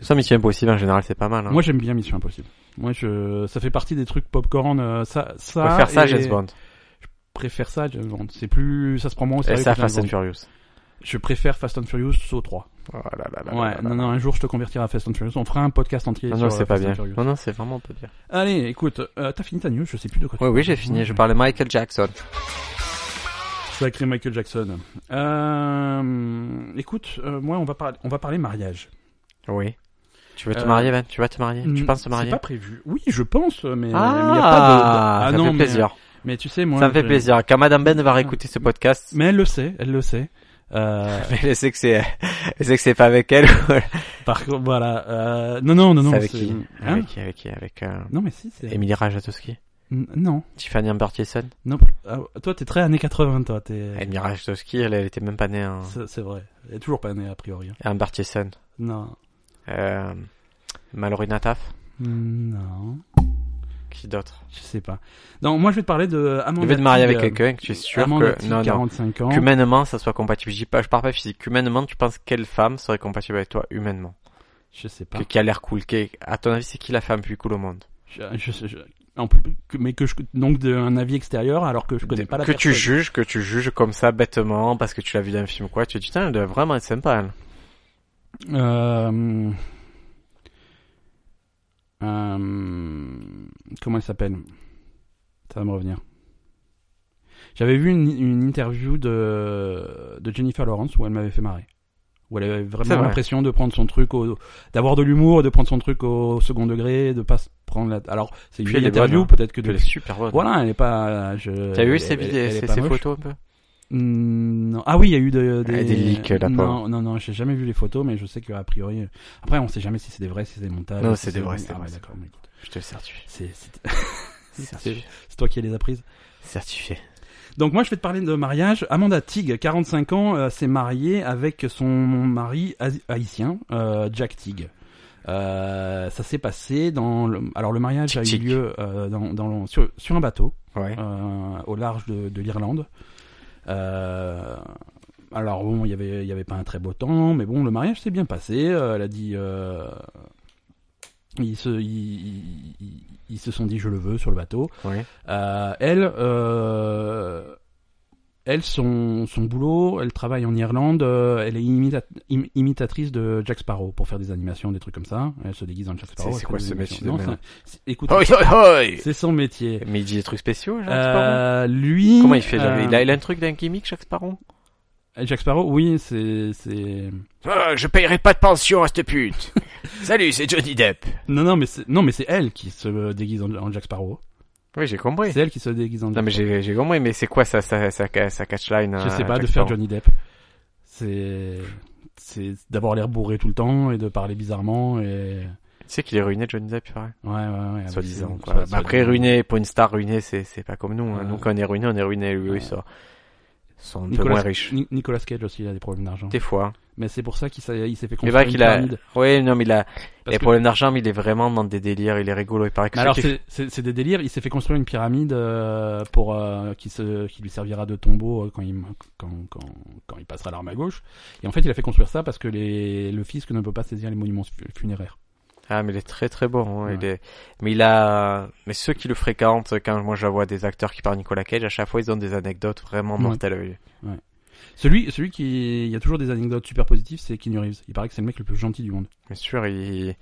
Speaker 1: Ça, Mission Impossible, en général, c'est pas mal. Hein.
Speaker 2: Moi, j'aime bien Mission Impossible. Moi, je, ça fait partie des trucs popcorn. euh, Ça,
Speaker 1: je
Speaker 2: ça.
Speaker 1: préfère ça à
Speaker 2: et-
Speaker 1: James Bond.
Speaker 2: Je préfère ça, à James Bond. C'est plus, ça se prend moins au
Speaker 1: Et
Speaker 2: sérieux.
Speaker 1: ça,
Speaker 2: que James
Speaker 1: Fast and
Speaker 2: Bond.
Speaker 1: Furious.
Speaker 2: Je préfère Fast and Furious au 3.
Speaker 1: Oh là là là là
Speaker 2: ouais,
Speaker 1: là là.
Speaker 2: non, non, un jour, je te convertirai à Fast and Furious. On fera un podcast entier
Speaker 1: Non,
Speaker 2: sur
Speaker 1: non,
Speaker 2: euh,
Speaker 1: c'est pas
Speaker 2: Fast and
Speaker 1: bien.
Speaker 2: Furious.
Speaker 1: Non, non, c'est vraiment pas bien.
Speaker 2: Allez, écoute, euh, t'as fini ta news, je sais plus de quoi tu
Speaker 1: Oui, oui,
Speaker 2: parles.
Speaker 1: j'ai fini. Je parlais Michael Jackson.
Speaker 2: Sacré Michael Jackson. Euh, écoute, euh, moi, on va, parler, on va parler mariage.
Speaker 1: Oui. Tu vas te
Speaker 2: Euh,
Speaker 1: marier, Ben Tu vas te marier Tu
Speaker 2: Hmm,
Speaker 1: penses te marier
Speaker 2: C'est pas prévu. Oui, je pense, mais mais il y a
Speaker 1: Ah,
Speaker 2: pas
Speaker 1: ça
Speaker 2: de-
Speaker 1: me fait
Speaker 2: mais-
Speaker 1: plaisir.
Speaker 2: Mais, tu sais, moi.
Speaker 1: ça me fait
Speaker 2: je- Mm.
Speaker 1: plaisir. Quand Madame Ben va réécouter ce podcast,
Speaker 2: Mais elle le sait, elle le sait. Euh,
Speaker 1: mais elle sait que c'est, elle sait que c'est pas avec elle.
Speaker 2: Hein par contre, voilà. Euh, non, non, non, non.
Speaker 1: C'est avec
Speaker 2: c'est-
Speaker 1: qui
Speaker 2: Hein
Speaker 1: Avec qui Avec qui Avec euh,
Speaker 2: Non, mais si, c'est.
Speaker 1: Emily Rajatowski,
Speaker 2: N- Non,
Speaker 1: Tiffany Amber Thiessen.
Speaker 2: non plus. Ah, toi, t'es très années 80, toi. T'es.
Speaker 1: Emily Rajatowski, Euh, elle, elle était même pas née. Hein.
Speaker 2: C'est c'est vrai. Elle est toujours pas née, a priori. hein.
Speaker 1: Amber Thiessen.
Speaker 2: Non.
Speaker 1: Euh, Mallory Nataf.
Speaker 2: Non.
Speaker 1: Qui d'autre
Speaker 2: Je sais pas. Non, moi, je vais te parler de Amanda
Speaker 1: Je vais te marier
Speaker 2: Teague,
Speaker 1: avec
Speaker 2: euh,
Speaker 1: quelqu'un que tu es sûr
Speaker 2: Amanda
Speaker 1: que
Speaker 2: Teague,
Speaker 1: non non
Speaker 2: 45 ans.
Speaker 1: qu'humainement ça soit compatible. Je dis pas, je parle pas physique. Humainement, tu penses quelle femme serait compatible avec toi humainement
Speaker 2: Je sais pas.
Speaker 1: Que- Qui a l'air cool. Qui, à ton avis, c'est qui la femme plus cool au monde
Speaker 2: Je, je- je- en plus, que- mais que je, donc d'un avis extérieur, alors que je connais pas la
Speaker 1: que
Speaker 2: personne.
Speaker 1: tu juges, que tu juges comme ça bêtement parce que tu l'as vu dans un film ou quoi, tu te dis tiens, elle doit vraiment être sympa. Elle.
Speaker 2: Euh, euh, comment elle s'appelle Ça va me revenir. J'avais vu une, une interview de, de Jennifer Lawrence où elle m'avait fait marrer. Où elle avait
Speaker 1: C'est
Speaker 2: vraiment
Speaker 1: vrai.
Speaker 2: l'impression de prendre son truc au, d'avoir de l'humour et de prendre son truc au second degré, de pas se prendre la, alors c'est une
Speaker 1: Puis elle est
Speaker 2: interview,
Speaker 1: bonne, hein.
Speaker 2: peut-être que
Speaker 1: Elle
Speaker 2: de,
Speaker 1: est super bonne. hein.
Speaker 2: voilà, elle est pas, je,
Speaker 1: T'as vu
Speaker 2: elle-
Speaker 1: ces
Speaker 2: elle-
Speaker 1: vidéos,
Speaker 2: elle est
Speaker 1: ces,
Speaker 2: pas
Speaker 1: ces
Speaker 2: moche.
Speaker 1: photos un peu
Speaker 2: Hmm, non. Ah oui, il y a eu de-
Speaker 1: Ah,
Speaker 2: des...
Speaker 1: des leaks, là,
Speaker 2: Non,
Speaker 1: pauvre.
Speaker 2: non, non, j'ai jamais vu les photos, mais je sais qu'a priori. Après, on sait jamais si c'est des vrais, si c'est des montages.
Speaker 1: Non,
Speaker 2: si
Speaker 1: c'est des vrais, c'est
Speaker 2: Ah
Speaker 1: des
Speaker 2: ouais,
Speaker 1: vrais.
Speaker 2: d'accord, mais écoute,
Speaker 1: Je te le certifie.
Speaker 2: c'est- c'est-
Speaker 1: Certifié.
Speaker 2: c'est toi qui les as prises.
Speaker 1: Certifié.
Speaker 2: Donc moi, je vais te parler de mariage. Amanda Teague, 45 ans, euh, s'est mariée avec son mari asi- haïtien, euh, Jack Teague. Euh, ça s'est passé dans le... alors le mariage a eu
Speaker 1: Tic-tic.
Speaker 2: lieu euh, dans, dans le- sur, sur un bateau
Speaker 1: Ouais.
Speaker 2: euh, au large de, de l'Irlande. Euh, alors bon, il y avait, il y avait pas un très beau temps, mais bon, le mariage s'est bien passé. Euh, elle a dit, euh, ils se, ils, ils- ils se sont dit, je le veux sur le bateau.
Speaker 1: Ouais.
Speaker 2: Euh, elle, euh, elle, son, son boulot, elle travaille en Irlande. euh, elle est imita- im- imitatrice de Jack Sparrow pour faire des animations, des trucs comme ça. Elle se déguise en Jack
Speaker 1: C'est-
Speaker 2: Sparrow. elle
Speaker 1: c'est
Speaker 2: fait
Speaker 1: quoi
Speaker 2: des
Speaker 1: ce
Speaker 2: animations.
Speaker 1: métier de
Speaker 2: Non,
Speaker 1: merde Oh,
Speaker 2: c'est- c'est- Écoute,
Speaker 1: Hoi hoi hoi
Speaker 2: c'est son métier.
Speaker 1: Mais il dit des trucs spéciaux, Jacques Sparrow
Speaker 2: Euh, lui.
Speaker 1: Comment il fait genre,
Speaker 2: euh,
Speaker 1: il, a, il a un truc d'un gimmick, Jacques Sparrow
Speaker 2: Jack Sparrow, oui, c'est, c'est.
Speaker 1: Ah, Je payerai pas de pension à cette pute Salut, c'est Johnny Depp
Speaker 2: Non, non, mais c'est, non, mais c'est elle qui se déguise en, en Jack Sparrow.
Speaker 1: Oui, j'ai compris.
Speaker 2: C'est elle qui se déguise en.
Speaker 1: Non,
Speaker 2: Jack
Speaker 1: mais
Speaker 2: Sparrow.
Speaker 1: j'ai j'ai compris, mais c'est quoi sa, sa, sa, sa catchline
Speaker 2: Je sais
Speaker 1: euh,
Speaker 2: pas de
Speaker 1: Jack
Speaker 2: faire
Speaker 1: Sparrow
Speaker 2: Johnny Depp. C'est, c'est d'avoir l'air bourré tout le temps et de parler bizarrement et.
Speaker 1: Tu sais qu'il est ruiné, Johnny Depp, il paraît.
Speaker 2: Ouais, ouais, ouais. avec
Speaker 1: Soi-disant,
Speaker 2: ses-
Speaker 1: quoi.
Speaker 2: soit-
Speaker 1: Bah,
Speaker 2: soit-
Speaker 1: après, ruiné, pour une star ruinée, c'est c'est pas comme nous. Hein.
Speaker 2: Ouais.
Speaker 1: Nous, quand on est ruiné, on est ruiné. Lui,
Speaker 2: Ah. Ouais.
Speaker 1: ils sont, ils sont un peu
Speaker 2: Nicolas-
Speaker 1: moins riches.
Speaker 2: Ni- Nicolas Cage aussi, il a des problèmes d'argent.
Speaker 1: Des fois.
Speaker 2: Mais c'est pour ça qu'il s'est, il s'est fait
Speaker 1: C'est
Speaker 2: construire
Speaker 1: vrai
Speaker 2: une
Speaker 1: qu'il a...
Speaker 2: pyramide.
Speaker 1: Oui, non, mais il a
Speaker 2: Parce
Speaker 1: les
Speaker 2: que-
Speaker 1: problèmes d'argent, mais il est vraiment dans des délires. Il est rigolo. Il paraît que
Speaker 2: Mais alors
Speaker 1: ceux qui-
Speaker 2: c'est c'est- c'est des délires. Il s'est fait construire une pyramide euh, pour euh, qui se qui lui servira de tombeau euh, quand il quand quand quand il passera l'arme à gauche. Et en fait, il a fait construire ça parce que les le fisc ne peut pas saisir les monuments fu- funéraires.
Speaker 1: Ah, mais il est très très bon. hein,
Speaker 2: Ouais.
Speaker 1: Il est... Mais il a, mais ceux qui le fréquentent, quand moi je vois des acteurs qui parlent Nicolas Cage, à chaque fois ils ont des anecdotes vraiment
Speaker 2: Ouais.
Speaker 1: mortelles. avec lui.
Speaker 2: Celui celui qui il y a toujours des anecdotes super positives, c'est Keanu Reeves. Il paraît que c'est le mec le plus gentil du monde.
Speaker 1: Bien sûr, il,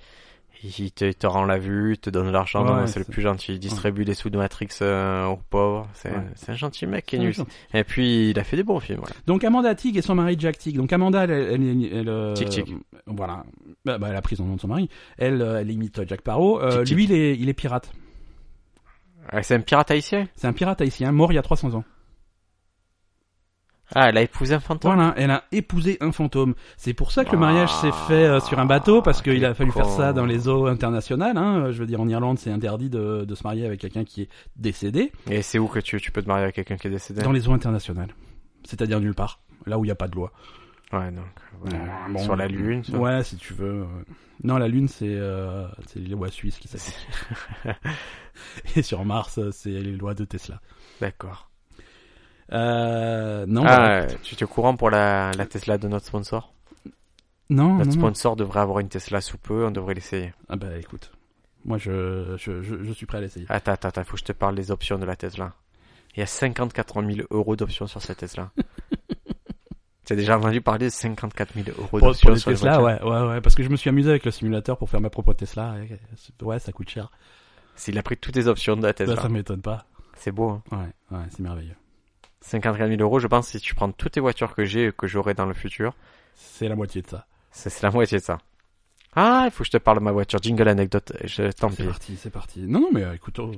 Speaker 1: il te, il te rend la vue, il te donne de l'argent.
Speaker 2: Ouais,
Speaker 1: non, c'est le
Speaker 2: c'est-
Speaker 1: plus gentil. Il distribue des sous de Matrix euh, aux pauvres. C'est
Speaker 2: Ouais.
Speaker 1: c'est un gentil mec,
Speaker 2: C'est
Speaker 1: Keanu.
Speaker 2: gentil.
Speaker 1: Et puis il a fait des bons films. Voilà.
Speaker 2: Donc Amanda Tig et son mari Jack Tig. Donc Amanda, elle, elle, elle, elle, euh,
Speaker 1: Tig, Tig.
Speaker 2: voilà, bah, bah, elle a pris son nom de son mari. Elle, euh, elle imite Jack Parrow. Euh,
Speaker 1: Tig, Tig.
Speaker 2: lui, il est, il est pirate.
Speaker 1: Ah, c'est un pirate haïtien.
Speaker 2: C'est un pirate haïtien mort il y a 300 ans.
Speaker 1: Ah, elle a épousé un fantôme.
Speaker 2: Voilà, elle a épousé un fantôme. C'est pour ça que le
Speaker 1: Ah,
Speaker 2: mariage s'est fait euh, sur un bateau, parce qu'il a
Speaker 1: quel
Speaker 2: fallu faire
Speaker 1: con.
Speaker 2: ça dans les eaux internationales. Hein. Euh, Je veux dire, en Irlande, c'est interdit de, de se marier avec quelqu'un qui est décédé
Speaker 1: Et c'est où que tu, tu peux te marier avec quelqu'un qui est décédé
Speaker 2: dans les eaux internationales. C'est-à-dire nulle part, là où il n'y a pas de loi.
Speaker 1: Ouais, donc voilà.
Speaker 2: Euh, bon,
Speaker 1: sur la lune. sur-
Speaker 2: Ouais, si tu veux. ouais. Non, la Lune, c'est euh, c'est les lois suisses qui s'appliquent. Et sur Mars, euh, c'est les lois de Tesla.
Speaker 1: D'accord.
Speaker 2: Euh, non, bah,
Speaker 1: Ah, tu t'es au courant pour la, la Tesla de notre sponsor
Speaker 2: non,
Speaker 1: Notre
Speaker 2: non, non.
Speaker 1: sponsor devrait avoir une Tesla sous peu, on devrait l'essayer.
Speaker 2: Ah bah écoute, moi je, je, je, je suis prêt à l'essayer.
Speaker 1: Attends, attends, attends, faut que je te parle des options de la Tesla. Il y a 54 000 euros d'options sur cette Tesla. T'as déjà entendu parler de 54 000 euros
Speaker 2: pour, pour
Speaker 1: d'options
Speaker 2: les
Speaker 1: sur les
Speaker 2: Tesla,
Speaker 1: voitures
Speaker 2: ouais, ouais, ouais, parce que je me suis amusé avec le simulateur pour faire ma propre Tesla. et, euh, Ouais, ça coûte cher.
Speaker 1: S'il a pris toutes les options de la Tesla,
Speaker 2: Ça, ça m'étonne pas.
Speaker 1: c'est beau. Hein.
Speaker 2: Ouais, ouais, c'est merveilleux.
Speaker 1: 54 000 euros, je pense, si tu prends toutes les voitures que j'ai et que j'aurai dans le futur,
Speaker 2: C'est la moitié de ça.
Speaker 1: c'est c'est la moitié de ça. Ah, il faut que je te parle de ma voiture. Jingle anecdote, je, tant
Speaker 2: C'est
Speaker 1: pis.
Speaker 2: parti, c'est parti. Non, non, mais euh, écoute, oh.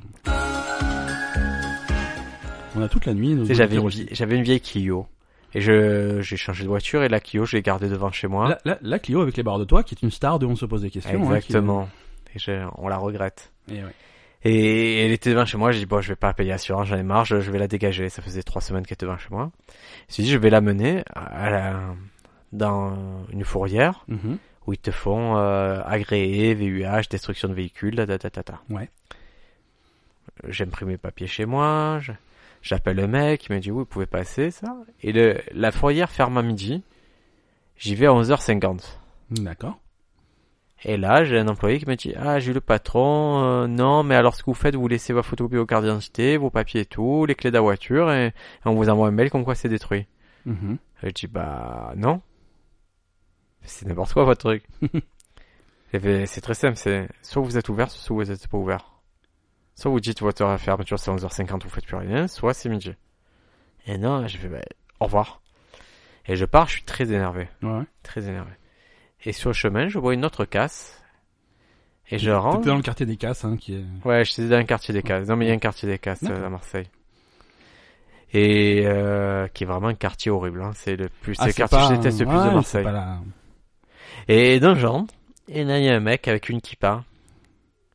Speaker 2: on a toute la nuit. nos
Speaker 1: Tu sais, j'avais
Speaker 2: auditeurs
Speaker 1: une,
Speaker 2: aussi.
Speaker 1: vie- j'avais une vieille Clio. Et je, j'ai changé de voiture et la Clio, je l'ai gardée devant chez moi.
Speaker 2: La, la- la Clio avec les barres de toit, qui est une star de On se pose des questions. hein, qui-
Speaker 1: Exactement. Et je- on la regrette.
Speaker 2: Et ouais.
Speaker 1: Et elle était devant chez moi, j'ai dit bon, je vais pas payer l'assurance, j'en ai marre, je, je vais la dégager. Ça faisait trois semaines qu'elle était devant chez moi. Je me suis dit, je vais la mener à la- dans une fourrière
Speaker 2: Mhm.
Speaker 1: où ils te font euh, agréer, VUH, destruction de véhicules, ta, ta, ta, ta, ta.
Speaker 2: Ouais.
Speaker 1: J'imprime mes papiers chez moi, je- j'appelle le mec, il me dit oui, vous pouvez passer ça. Et le, la fourrière ferme à midi, j'y vais à 11h50.
Speaker 2: D'accord.
Speaker 1: Et là, j'ai un employé qui me dit Ah, j'ai eu le patron, euh, non, mais alors ce que vous faites, vous laissez votre photocopie au carte d'identité, vos papiers et tout, les clés de la voiture, et, et on vous envoie un mail comme quoi c'est détruit.
Speaker 2: Mhm.
Speaker 1: Et je dis Bah, non. C'est n'importe quoi votre truc. Et ben, c'est très simple c'est soit vous êtes ouvert, soit vous êtes pas ouvert. Soit vous dites votre fermeture c'est 11h50, vous faites plus rien, soit c'est midi. Et non, je fais bah, Au revoir. Et je pars, je suis très énervé
Speaker 2: Ouais.
Speaker 1: très énervé. Et sur le chemin, je vois une autre casse. Et je rentre.
Speaker 2: T'étais dans le quartier des casses, hein, qui est.
Speaker 1: Ouais, je suis dans un quartier des casses. Non, mais il y a un quartier des casses euh,
Speaker 2: D'accord.
Speaker 1: à Marseille. Et euh, qui est vraiment un quartier horrible. Hein. C'est le plus,
Speaker 2: Ah,
Speaker 1: c'est le quartier que je déteste le plus
Speaker 2: ouais,
Speaker 1: de Marseille.
Speaker 2: c'est pas la-
Speaker 1: Et donc je rentre. Et là, il y a un mec avec une kippa.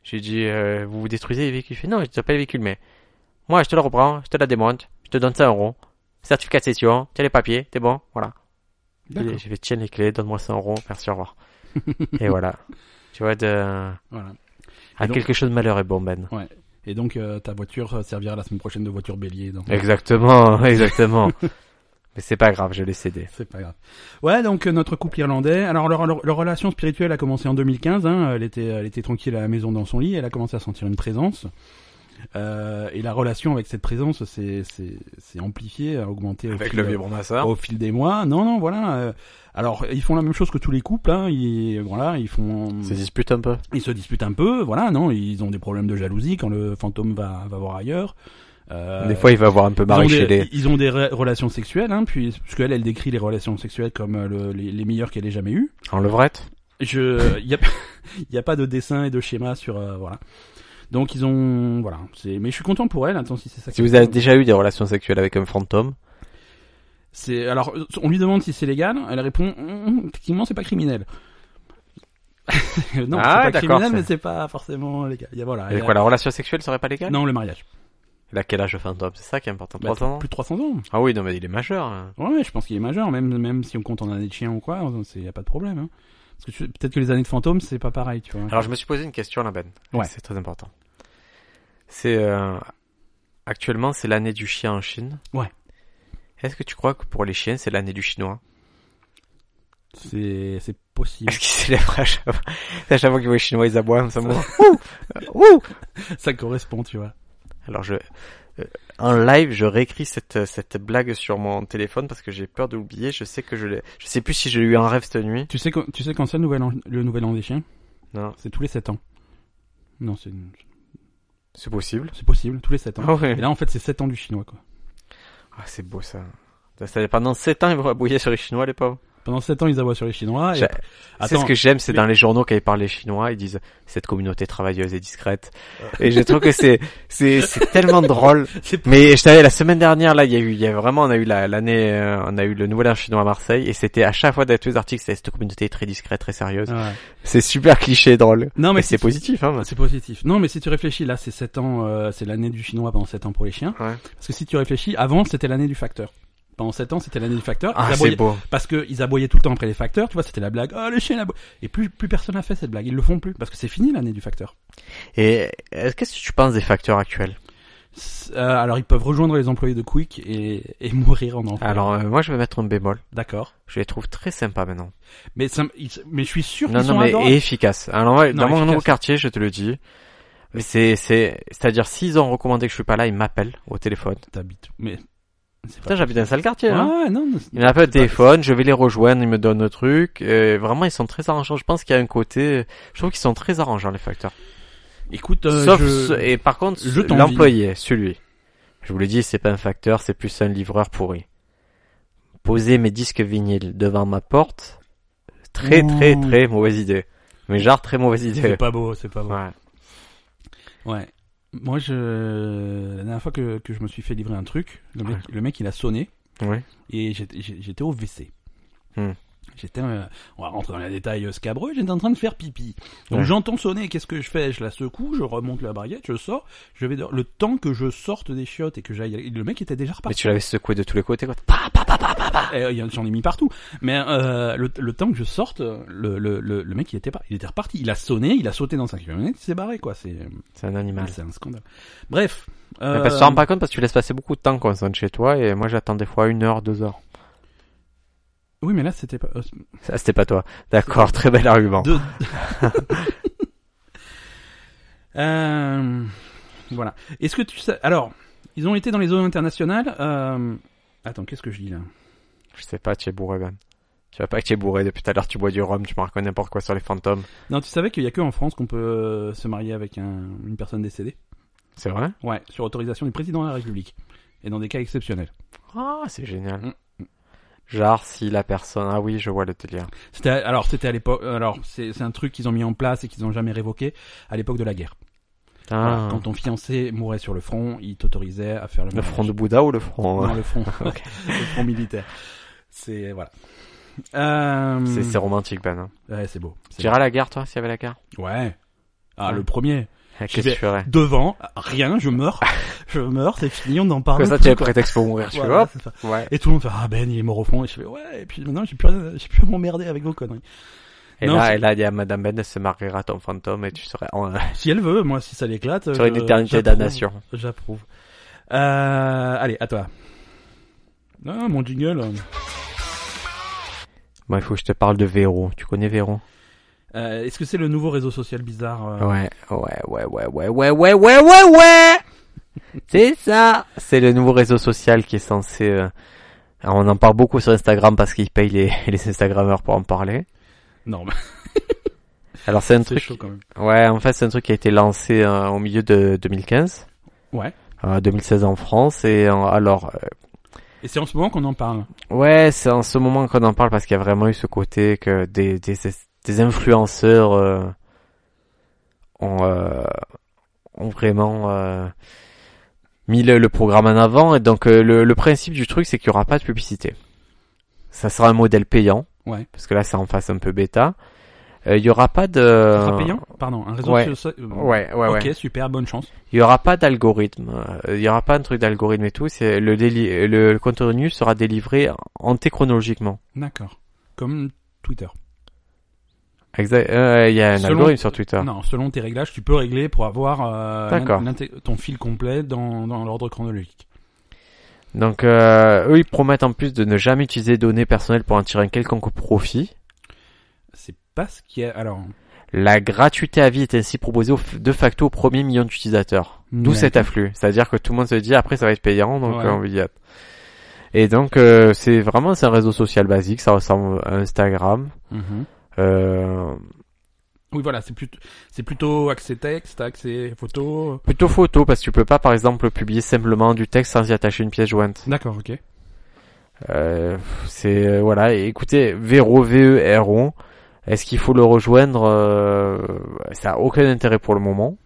Speaker 1: J'ai dit, euh, vous vous détruisez les véhicules. Il fait, non, je ne pas les véhicules, mais moi, je te le reprends, je te la démonte, je te donne ça un rond. Certificat de session, tiens les papiers, t'es bon, voilà.
Speaker 2: D'accord.
Speaker 1: Je vais tiens les clés, donne-moi 100 euros, merci, au revoir. et voilà. Tu vois, de...
Speaker 2: Voilà.
Speaker 1: à
Speaker 2: Et donc-
Speaker 1: quelque chose de malheur est bon, Ben.
Speaker 2: Et donc, euh, ta voiture servira la semaine prochaine de voiture bélier. Donc...
Speaker 1: Exactement, exactement. Mais c'est pas grave, je l'ai cédé.
Speaker 2: C'est pas grave. Ouais, donc euh, notre couple irlandais. Alors leur, leur- leur relation spirituelle a commencé en 2015. Hein, elle était, elle était tranquille à la maison dans son lit. Elle a commencé à sentir une présence. Euh, et la relation avec cette présence s'est s'est- s'est amplifiée, a augmenté au fil,
Speaker 1: vibromasseur.
Speaker 2: au fil des mois. Non, non, voilà. euh, alors ils font la même chose que tous les couples. Hein, ils, voilà, ils font.
Speaker 1: Ça dispute un peu.
Speaker 2: Ils se disputent un peu. Voilà, non, ils ont des problèmes de jalousie quand le fantôme va, va voir ailleurs. Euh,
Speaker 1: Des fois, il va avoir un peu
Speaker 2: ils ont,
Speaker 1: marre
Speaker 2: des,
Speaker 1: chez les...
Speaker 2: ils ont des re- relations sexuelles, hein, puis, parce qu'elle, elle décrit les relations sexuelles comme euh, le- les, les meilleures qu'elle ait jamais eues.
Speaker 1: En levrette
Speaker 2: Je, il y a, y a pas de dessin et de schéma sur, euh, voilà. Donc ils ont, voilà. C'est, mais je suis content pour elle. Attends, si c'est ça.
Speaker 1: Si
Speaker 2: qui-
Speaker 1: vous avez déjà eu des relations sexuelles avec un fantôme,
Speaker 2: C'est, alors, euh, on lui demande si c'est légal. Elle répond, Hum, effectivement, c'est pas criminel. non,
Speaker 1: Ah,
Speaker 2: c'est pas
Speaker 1: d'accord,
Speaker 2: criminel,
Speaker 1: c'est-
Speaker 2: mais c'est pas forcément légal. Il y a- voilà. il
Speaker 1: et
Speaker 2: y a-
Speaker 1: quoi, la relation sexuelle serait pas légale
Speaker 2: Non, le mariage.
Speaker 1: Il a quel âge le fantôme C'est ça qui est important.
Speaker 2: Bah,
Speaker 1: 300 ans
Speaker 2: plus de 300 ans.
Speaker 1: Ah oui, non, mais il est majeur. hein.
Speaker 2: Ouais, ouais, je pense qu'il est majeur, même, même si on compte en années de chien ou quoi, il n'y a pas de problème. Hein. Parce que tu- peut-être que les années de fantôme, c'est pas pareil, tu vois.
Speaker 1: Alors, je me suis posé une question là, Ben.
Speaker 2: Ouais.
Speaker 1: C'est très important. C'est euh, actuellement c'est l'année du chien en Chine.
Speaker 2: Ouais.
Speaker 1: Est-ce que tu crois que pour les chiens c'est l'année du chinois
Speaker 2: C'est, c'est possible.
Speaker 1: Est-ce qu'ils célèbrent à chaque fois à chaque fois qu'ils voient les chinois ils aboient comme ça moi. Ouh Ouh
Speaker 2: Ça correspond, tu vois.
Speaker 1: Euh, Alors je euh, en live je réécris cette cette blague sur mon téléphone parce que j'ai peur de l'oublier. Je sais que je l'ai. Je sais plus si j'ai eu un rêve cette nuit.
Speaker 2: Tu sais, quand- tu sais quand c'est le nouvel, an, le nouvel an des chiens
Speaker 1: Non,
Speaker 2: C'est tous les 7 ans. Non, c'est, une-
Speaker 1: c'est possible.
Speaker 2: c'est possible, tous les 7 ans.
Speaker 1: Ah ouais.
Speaker 2: Et là, en fait, c'est 7 ans du chinois, quoi.
Speaker 1: Ah c'est beau ça. Ça, ça- Pendant 7 ans ils vont abouiller sur les chinois les pauvres.
Speaker 2: Pendant 7 ans, ils aboient sur les chinois. Et...
Speaker 1: J'ai-
Speaker 2: après-
Speaker 1: C'est
Speaker 2: Attends,
Speaker 1: ce que j'aime, c'est
Speaker 2: mais-
Speaker 1: dans les journaux quand ils parlent les chinois, ils disent cette communauté travailleuse et discrète.
Speaker 2: Euh.
Speaker 1: Et je trouve que c'est c'est c'est tellement drôle.
Speaker 2: C'est-
Speaker 1: Mais je savais la semaine dernière là, il y a eu il y a vraiment on a eu la- l'année euh, on a eu le nouvel an chinois à Marseille et c'était à chaque fois dans tous les articles c'est cette communauté est très discrète, très sérieuse.
Speaker 2: Ouais.
Speaker 1: C'est super cliché drôle.
Speaker 2: Non, mais
Speaker 1: Mais c'est
Speaker 2: si tu-
Speaker 1: positif hein.
Speaker 2: C'est positif. Non, mais si tu réfléchis, là, c'est 7 ans, euh, c'est l'année du chinois pendant 7 ans pour les chiens.
Speaker 1: Ouais.
Speaker 2: Parce que si tu réfléchis, avant, c'était l'année du facteur. Pendant 7 ans, c'était l'année du facteur. Ils
Speaker 1: Ah,
Speaker 2: aboyaient-
Speaker 1: c'est beau.
Speaker 2: parce que ils aboyaient tout le temps après les facteurs, tu vois, c'était la blague. Oh, le chien la Et plus plus personne n'a fait cette blague, ils le font plus parce que c'est fini l'année du facteur.
Speaker 1: Et euh, qu'est-ce que tu penses des facteurs actuels
Speaker 2: S- euh, alors ils peuvent rejoindre les employés de Quick et, et mourir en enfer.
Speaker 1: Alors euh, moi je vais mettre un bémol.
Speaker 2: d'accord.
Speaker 1: Je les trouve très sympas maintenant.
Speaker 2: Mais ça, ils- mais je suis sûr qu'ils
Speaker 1: Non,
Speaker 2: sont
Speaker 1: non, mais
Speaker 2: adorables.
Speaker 1: et efficace. Alors, ouais, dans
Speaker 2: Non,
Speaker 1: mon
Speaker 2: efficace.
Speaker 1: nouveau quartier, je te le dis. Mais c'est, c'est, c'est-à-dire, s'ils ont recommandé que je suis pas là, ils m'appellent au téléphone.
Speaker 2: T'habites. Mais c'est pas.
Speaker 1: Putain, j'habite dans un sale quartier, hein.
Speaker 2: Ah non. non, c'est-
Speaker 1: Ils m'appellent au
Speaker 2: c'est pas-
Speaker 1: téléphone, je vais les rejoindre, ils me donnent le truc. Euh, vraiment, ils sont très arrangeants. Je pense qu'il y a un côté, je trouve qu'ils sont très arrangeants, les facteurs.
Speaker 2: Écoute, euh,
Speaker 1: Sauf,
Speaker 2: je-
Speaker 1: ce- et par contre,
Speaker 2: je
Speaker 1: ce-
Speaker 2: t'envie.
Speaker 1: l'employé, celui. Je vous le dis, c'est pas un facteur, c'est plus un livreur pourri. Poser mes disques vinyles devant ma porte, très
Speaker 2: Ouh.
Speaker 1: très très mauvaise idée. Mais genre très mauvaise idée.
Speaker 2: C'est pas beau, c'est pas beau.
Speaker 1: Ouais.
Speaker 2: Ouais. Moi, je... la dernière fois que, que je me suis fait livrer un truc, le mec, le mec il a sonné
Speaker 1: Ouais.
Speaker 2: et j'étais- j'ai- j'étais au WC.
Speaker 1: Hmm.
Speaker 2: J'étais, euh, on va rentrer dans les détails euh, scabreux, j'étais en train de faire pipi. Donc
Speaker 1: Ouais.
Speaker 2: j'entends sonner, qu'est-ce que je fais Je la secoue, je remonte la baguette, je sors, je vais dehors. Le temps que je sorte des chiottes et que j'aille... Le mec était déjà
Speaker 1: Mais
Speaker 2: reparti.
Speaker 1: tu l'avais secoué de tous les côtés, quoi.
Speaker 2: Eh, il y en- J'en ai mis partout. Mais euh, le, le temps que je sorte, le, le, le, le mec il était, pas, il était reparti. Il a sonné, il a sauté dans sa camionnette, il s'est barré quoi. C'est
Speaker 1: C'est un animal.
Speaker 2: c'est un scandale. Bref.
Speaker 1: Mais
Speaker 2: euh,
Speaker 1: parce que tu te rends pas compte parce que tu laisses passer beaucoup de temps qu'on sonne chez toi et moi j'attends des fois une heure, deux heures.
Speaker 2: Oui, mais là, c'était pas. euh, c'est-
Speaker 1: Ça c'était pas toi. D'accord, très bel argument.
Speaker 2: de- Euh, Voilà. Est-ce que tu sais. Alors, ils ont été dans les zones internationales. euh, Attends, qu'est-ce que je dis là
Speaker 1: Je sais pas, tu es bourré Ben. Tu vas pas que tu es bourré depuis tout à l'heure, tu bois du rhum, tu marques n'importe quoi sur les fantômes.
Speaker 2: Non, tu savais qu'il y a que en France qu'on peut euh, se marier avec un- une personne décédée
Speaker 1: C'est vrai
Speaker 2: Ouais, sur autorisation du président de la République. Et dans des cas exceptionnels.
Speaker 1: Ah, c'est génial.
Speaker 2: Mm.
Speaker 1: Genre si la personne... Ah oui, je vois le délire.
Speaker 2: C'était alors c'était à l'époque alors c'est c'est un truc qu'ils ont mis en place et qu'ils ont jamais révoqué à l'époque de la guerre.
Speaker 1: Ah,
Speaker 2: Voilà, quand ton fiancé mourait sur le front, il t'autorisait à faire le,
Speaker 1: le
Speaker 2: mariage.
Speaker 1: front de Bouddha ou le front...
Speaker 2: Non,
Speaker 1: hein
Speaker 2: le front,
Speaker 1: Ok.
Speaker 2: le front militaire. C'est voilà. Euh,
Speaker 1: C'est c'est romantique Ben. hein.
Speaker 2: ouais, c'est beau.
Speaker 1: Tu
Speaker 2: c'est
Speaker 1: iras à la gare toi, s'il y avait la gare
Speaker 2: beau. Ouais. Ah,
Speaker 1: Ouais.
Speaker 2: le premier.
Speaker 1: Ah,
Speaker 2: Je
Speaker 1: Qu'est-ce que
Speaker 2: vais-
Speaker 1: tu ferais
Speaker 2: Devant, rien, je meurs, je meurs, c'est fini, on en parle.
Speaker 1: Comme ça
Speaker 2: plus,
Speaker 1: tu as le
Speaker 2: quoi.
Speaker 1: prétexte pour mourir, tu
Speaker 2: Voilà,
Speaker 1: vois
Speaker 2: c'est ça.
Speaker 1: Ouais.
Speaker 2: Et tout le monde fait ah Ben il est mort au front et je fais ouais et puis maintenant j'ai plus rien- j'ai plus à m'emmerder avec vos conneries.
Speaker 1: Et
Speaker 2: Non,
Speaker 1: là,
Speaker 2: c'est-
Speaker 1: et là, il y a Madame Ben, elle se mariera à ton fantôme et tu serais en...
Speaker 2: Si elle veut, moi si ça l'éclate.
Speaker 1: Tu aurais une
Speaker 2: je-
Speaker 1: éternité
Speaker 2: j'approuve.
Speaker 1: d'annation.
Speaker 2: J'approuve. Euh, allez, à toi. Non, mon jingle.
Speaker 1: Bon, il faut que je te parle de Véro. Tu connais Véro
Speaker 2: Euh, Est-ce que c'est le nouveau réseau social bizarre euh,
Speaker 1: Ouais, ouais, ouais, ouais, ouais, ouais, ouais, ouais, ouais, ouais C'est ça C'est le nouveau réseau social qui est censé... euh, alors, on en parle beaucoup sur Instagram parce qu'ils payent les, les Instagrammeurs pour en parler.
Speaker 2: Non, mais
Speaker 1: Alors c'est un
Speaker 2: c'est
Speaker 1: truc...
Speaker 2: chaud quand même.
Speaker 1: Ouais, en fait c'est un truc qui a été lancé euh, au milieu de 2015.
Speaker 2: Ouais.
Speaker 1: euh, 2016 en France et euh, alors
Speaker 2: Et c'est en ce moment qu'on en parle.
Speaker 1: Ouais, c'est en ce moment qu'on en parle parce qu'il y a vraiment eu ce côté que des, des, des influenceurs euh, ont, euh, ont vraiment euh, mis le, le programme en avant. Et donc euh, le, le principe du truc, c'est qu'il n'y aura pas de publicité. Ça sera un modèle payant.
Speaker 2: Ouais.
Speaker 1: Parce que là, c'est en face un peu bêta. Euh, Il y aura pas de...
Speaker 2: Ça sera payant Pardon, un réseau
Speaker 1: Euh, ouais.
Speaker 2: social. euh,
Speaker 1: Ouais, ouais, ouais.
Speaker 2: Ok, super, bonne chance.
Speaker 1: Il y aura pas d'algorithme, euh, il y aura pas un truc d'algorithme et tout, c'est le, déli- le le contenu sera délivré antéchronologiquement.
Speaker 2: D'accord. Comme Twitter.
Speaker 1: Exact. euh, Il y a un
Speaker 2: Selon-
Speaker 1: algorithme sur Twitter.
Speaker 2: Non, selon tes réglages, tu peux régler pour avoir euh,
Speaker 1: D'accord.
Speaker 2: l'int- l'inté- ton fil complet dans, dans l'ordre chronologique.
Speaker 1: Donc euh, eux, ils promettent en plus de ne jamais utiliser de données personnelles pour en tirer un quelconque profit.
Speaker 2: C'est pas ce qui est. Alors.
Speaker 1: La gratuité à vie est ainsi proposée au f- de facto au premier million d'utilisateurs. D'où
Speaker 2: D'accord.
Speaker 1: cet afflux. C'est-à-dire que tout le monde se dit après ça va être payant, donc
Speaker 2: Ouais.
Speaker 1: euh, on va y aller. Et donc euh, c'est vraiment c'est un réseau social basique, ça ressemble à Instagram.
Speaker 2: Mhm.
Speaker 1: Euh,
Speaker 2: Oui, voilà, c'est plutôt, c'est plutôt accès texte, accès photo.
Speaker 1: plutôt photo parce que tu peux pas par exemple publier simplement du texte sans y attacher une pièce jointe.
Speaker 2: D'accord, ok.
Speaker 1: Euh, c'est euh, voilà. Et écoutez, Vero, V-E-R-O. Est-ce qu'il faut le rejoindre euh, Ça a aucun intérêt pour le moment.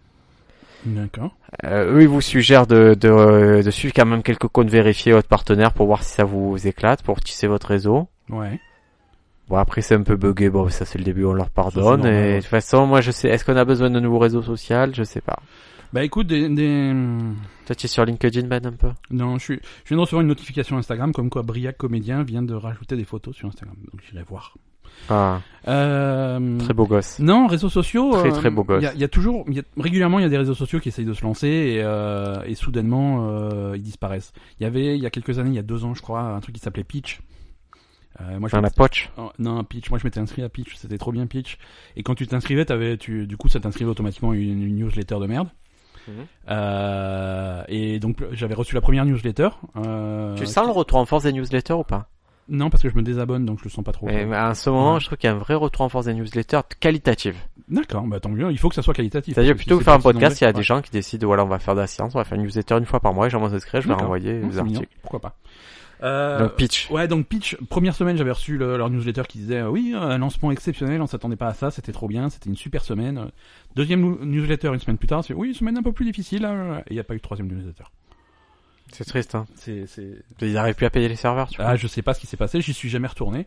Speaker 2: D'accord.
Speaker 1: Euh, eux, ils vous suggèrent de, euh, de, de suivre quand même quelques comptes vérifiés votre partenaire pour voir si ça vous éclate, pour tisser votre réseau.
Speaker 2: Ouais.
Speaker 1: Bon, après, c'est un peu buggé. Bon, ça, c'est le début, on leur pardonne.
Speaker 2: normal,
Speaker 1: et
Speaker 2: ouais.
Speaker 1: de toute façon, moi, je sais. Est-ce qu'on a besoin de nouveaux réseaux sociaux Je sais pas.
Speaker 2: Bah écoute, des, des... non,
Speaker 1: Toi, tu es sur LinkedIn, Ben, un peu
Speaker 2: je, suis... je viens de recevoir une notification Instagram comme quoi Briac Comédien vient de rajouter des photos sur Instagram, donc j'irai voir.
Speaker 1: Ah,
Speaker 2: Euh...
Speaker 1: très beau gosse.
Speaker 2: Non, réseaux sociaux.
Speaker 1: Très,
Speaker 2: euh,
Speaker 1: très beau gosse.
Speaker 2: Il y a- il y, a toujours, il y a- régulièrement, il y a des réseaux sociaux qui essayent de se lancer et, euh, et soudainement euh, ils disparaissent. Il y avait, il y a quelques années, il y a deux ans, je crois, un truc qui s'appelait Pitch. Euh, moi, je
Speaker 1: Dans la poche.
Speaker 2: Oh, non, Pitch. Moi, je m'étais inscrit à Pitch. C'était trop bien Pitch. Et quand tu t'inscrivais, t'avais, tu, du coup, ça t'inscrivait automatiquement une, une newsletter de merde.
Speaker 1: Mhm.
Speaker 2: Euh, et donc, j'avais reçu la première newsletter. euh,
Speaker 1: Tu sens le retour en force des newsletters ou pas Eh
Speaker 2: Non, parce que je me désabonne, donc je le sens pas trop.
Speaker 1: Mais à ce moment,
Speaker 2: Ouais.
Speaker 1: je trouve qu'il y a un vrai retour en force des newsletters qualitatives.
Speaker 2: D'accord, bah tant mieux, il faut que ça soit qualitatif.
Speaker 1: C'est-à-dire
Speaker 2: parce que
Speaker 1: plutôt
Speaker 2: si
Speaker 1: que faire un
Speaker 2: c'est pas
Speaker 1: podcast, il y a
Speaker 2: anglais,
Speaker 1: des gens qui décident, voilà, on va faire de la science, on va faire une newsletter une fois par mois, et j'en m'inscrire, je vais
Speaker 2: D'accord.
Speaker 1: renvoyer
Speaker 2: ouais. Mmh,
Speaker 1: des
Speaker 2: c'est mignon,
Speaker 1: articles.
Speaker 2: Pourquoi pas euh,
Speaker 1: Donc pitch.
Speaker 2: Ouais, donc Pitch, première semaine, j'avais reçu le- leur newsletter qui disait euh, oui, un lancement exceptionnel, on s'attendait pas à ça, c'était trop bien, c'était une super semaine. Deuxième nou- newsletter une semaine plus tard, c'est oui, une semaine un peu plus difficile, hein, et il n'y a pas eu de troisième newsletter.
Speaker 1: C'est triste, hein.
Speaker 2: C'est, c'est...
Speaker 1: Ils arrivent plus à payer les serveurs, tu vois.
Speaker 2: Ah, je sais pas ce qui s'est passé, j'y suis jamais retourné.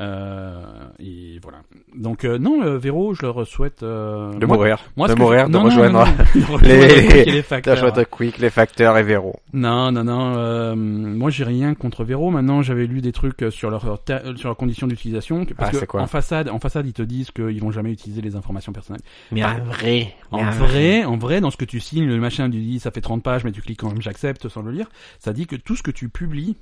Speaker 2: Euh, et voilà. Donc euh, non, euh, Véro, je leur souhaite euh,
Speaker 1: de
Speaker 2: moi-
Speaker 1: mourir.
Speaker 2: moi,
Speaker 1: de
Speaker 2: ce que je-
Speaker 1: mourir, de
Speaker 2: non, non,
Speaker 1: rejoindre
Speaker 2: non, non, de rejoindre
Speaker 1: les-
Speaker 2: les
Speaker 1: la
Speaker 2: facteurs.
Speaker 1: chouette Quick, les facteurs et Véro.
Speaker 2: Non, non, non. euh, moi, j'ai rien contre Véro. Maintenant, j'avais lu des trucs euh, sur leur ta- euh, sur leurs conditions d'utilisation. que- Parce
Speaker 1: Ah,
Speaker 2: que
Speaker 1: c'est quoi
Speaker 2: en façade, en façade, ils te disent qu'ils vont jamais utiliser les informations personnelles.
Speaker 1: Mais
Speaker 2: en
Speaker 1: vrai.
Speaker 2: En vrai, en vrai, dans ce que tu signes, le machin tu dis ça fait 30 pages, mais tu cliques quand même j'accepte sans le lire. Ça dit que tout ce que tu publies,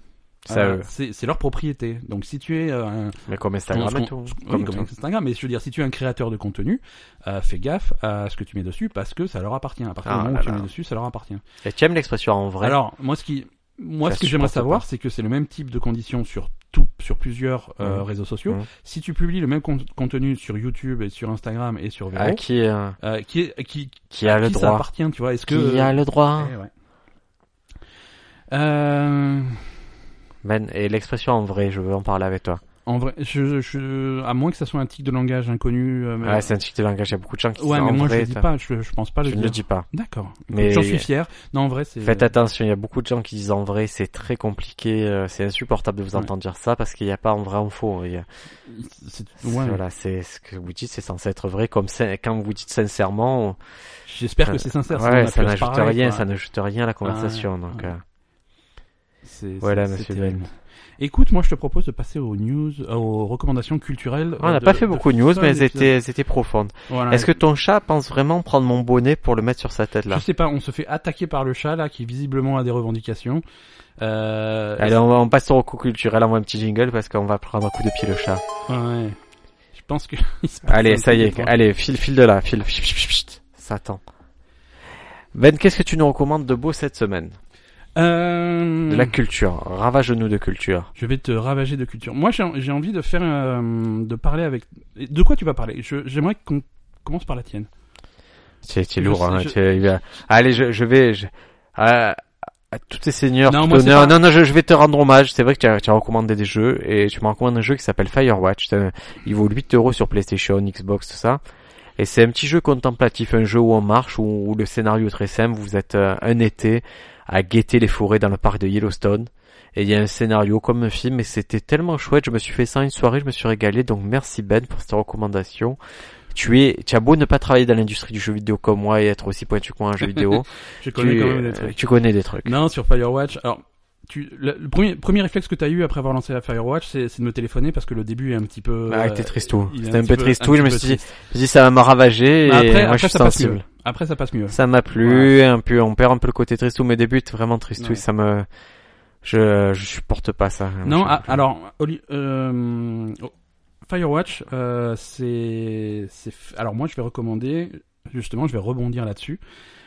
Speaker 1: Ça,
Speaker 2: euh,
Speaker 1: euh,
Speaker 2: c'est c'est leur propriété. Donc, si tu es euh, un,
Speaker 1: mais comme Instagram
Speaker 2: on-
Speaker 1: et tout.
Speaker 2: oui,
Speaker 1: Comme
Speaker 2: comme
Speaker 1: tout.
Speaker 2: Instagram, mais je veux dire, si tu es un créateur de contenu, euh, fais gaffe à ce que tu mets dessus parce que ça leur appartient. À partir
Speaker 1: Ah
Speaker 2: du moment
Speaker 1: là
Speaker 2: où tu
Speaker 1: là.
Speaker 2: mets dessus, ça leur appartient.
Speaker 1: Et tu aimes l'expression en vrai?
Speaker 2: Alors, moi, ce qui, moi,
Speaker 1: Ça
Speaker 2: ce que j'aimerais
Speaker 1: supporte
Speaker 2: savoir,
Speaker 1: pas.
Speaker 2: c'est que c'est le même type de conditions sur tout, sur plusieurs euh,
Speaker 1: Mhm.
Speaker 2: réseaux sociaux.
Speaker 1: Mhm.
Speaker 2: Si tu publies le même con- contenu sur YouTube et sur Instagram et sur Vero,
Speaker 1: à qui, euh,
Speaker 2: euh, qui, est- qui,
Speaker 1: qui a
Speaker 2: à
Speaker 1: le
Speaker 2: qui ça
Speaker 1: droit?
Speaker 2: appartient, tu vois Est-ce que
Speaker 1: Qui a le droit?
Speaker 2: Eh ouais. Euh,
Speaker 1: Ben, et l'expression en vrai, je veux en parler avec toi.
Speaker 2: en vrai, je, je, à moins que ça soit un tic de langage inconnu. euh, mais-
Speaker 1: Ouais, Ah, c'est un truc de langage, il y a beaucoup de gens qui
Speaker 2: ouais,
Speaker 1: disent
Speaker 2: mais
Speaker 1: en
Speaker 2: moi
Speaker 1: vrai.
Speaker 2: je le dis
Speaker 1: ça.
Speaker 2: pas, je, je pense pas le
Speaker 1: Je ne
Speaker 2: dire.
Speaker 1: le dis pas.
Speaker 2: D'accord.
Speaker 1: Mais-
Speaker 2: J'en suis fier. Non, en vrai, c'est.
Speaker 1: Faites attention, il y a beaucoup de gens qui disent en vrai, c'est très compliqué, euh, c'est insupportable de vous
Speaker 2: Ouais.
Speaker 1: entendre dire ça parce qu'il n'y a pas en vrai en faux. Il y a-
Speaker 2: c'est-
Speaker 1: c'est-
Speaker 2: ouais.
Speaker 1: Voilà, c'est ce que vous dites, c'est censé être vrai. Comme c'est- quand vous dites sincèrement,
Speaker 2: J'espère que c'est sincère. sinon on
Speaker 1: ouais,
Speaker 2: a
Speaker 1: ça
Speaker 2: plus
Speaker 1: n'ajoute
Speaker 2: pareil,
Speaker 1: rien,
Speaker 2: quoi.
Speaker 1: ça n'ajoute rien à la conversation. donc,
Speaker 2: ouais.
Speaker 1: euh,
Speaker 2: C'est-
Speaker 1: Voilà,
Speaker 2: c'est- c'est
Speaker 1: monsieur
Speaker 2: terrible.
Speaker 1: Ben.
Speaker 2: Écoute, moi je te propose de passer aux news, euh, aux recommandations culturelles.
Speaker 1: Ah, on
Speaker 2: euh,
Speaker 1: n'a
Speaker 2: de-
Speaker 1: pas fait beaucoup de news,
Speaker 2: fin
Speaker 1: mais elles
Speaker 2: d'épisode.
Speaker 1: étaient, elles étaient profondes.
Speaker 2: Voilà.
Speaker 1: Est-ce que ton chat pense vraiment prendre mon bonnet pour le mettre sur sa tête là
Speaker 2: Je sais pas, on se fait attaquer par le chat là qui visiblement a des revendications. Euh...
Speaker 1: Allez, on, va- on passe au recours culturel, envoie un petit jingle parce qu'on va prendre un coup de pied le chat.
Speaker 2: ouais. Je pense que. il se passe un
Speaker 1: Ah, Allez, ça
Speaker 2: truc hein.
Speaker 1: y
Speaker 2: étrange.
Speaker 1: est, allez, file, file de là, file. Chut, chut, chut, chut. Ça attend. Ben, qu'est-ce que tu nous recommandes de beau cette semaine
Speaker 2: Euh...
Speaker 1: De la culture, ravage-nous de culture.
Speaker 2: Je vais te ravager de culture. Moi, j'ai j'ai envie de faire, euh, de parler avec. De quoi tu vas parler Je- J'aimerais qu'on commence par la tienne.
Speaker 1: C'est c'est
Speaker 2: Je
Speaker 1: lourd,
Speaker 2: sais,
Speaker 1: hein.
Speaker 2: je-
Speaker 1: t'es- il va- Allez, je, je vais... Je... à- à tous tes seigneurs,
Speaker 2: Non,
Speaker 1: tout
Speaker 2: moi, c'est
Speaker 1: honneur.
Speaker 2: pas-
Speaker 1: Non, non, je, je vais te rendre hommage. C'est vrai que tu as, tu as recommandé des jeux et tu m'as recommandé un jeu qui s'appelle Firewatch. C'est un- Il vaut 8 euros sur PlayStation, Xbox, tout ça. Et c'est un petit jeu contemplatif, un jeu où on marche, où, où le scénario est très simple. Vous êtes euh, un été à guetter les forêts dans le parc de Yellowstone. Et il y a un scénario comme un film et c'était tellement chouette. Je me suis fait ça en une soirée, je me suis régalé. Donc merci Ben pour cette recommandation. Tu es, tu as beau ne pas travailler dans l'industrie du jeu vidéo comme moi et être aussi pointu que moi en jeu vidéo.
Speaker 2: Je connais
Speaker 1: tu,
Speaker 2: quand même des
Speaker 1: euh,
Speaker 2: trucs.
Speaker 1: tu connais des trucs.
Speaker 2: Non, sur Firewatch. Alors, tu, le, le premier, premier réflexe que tu as eu après avoir lancé la Firewatch, c'est c'est de me téléphoner parce que le début est un petit peu.
Speaker 1: Ah,
Speaker 2: euh,
Speaker 1: t'es tristou.
Speaker 2: il est
Speaker 1: C'était un
Speaker 2: petit
Speaker 1: peu tristou, je
Speaker 2: petit
Speaker 1: me
Speaker 2: peu
Speaker 1: suis dit-
Speaker 2: triste.
Speaker 1: Je dis ça va me ravager et
Speaker 2: Mais après,
Speaker 1: moi
Speaker 2: après,
Speaker 1: je suis
Speaker 2: ça passe
Speaker 1: sensible.
Speaker 2: mieux. Après, ça passe mieux.
Speaker 1: Ça m'a plu, un peu, on perd un peu le côté tristou, mais début est vraiment tristou
Speaker 2: Ouais.
Speaker 1: et ça me, je, je supporte pas ça.
Speaker 2: Non,
Speaker 1: Je-
Speaker 2: ah, alors, Oli- euh, oh, Firewatch, euh, c'est, c'est, f- alors moi je vais recommander, justement, je vais rebondir là-dessus.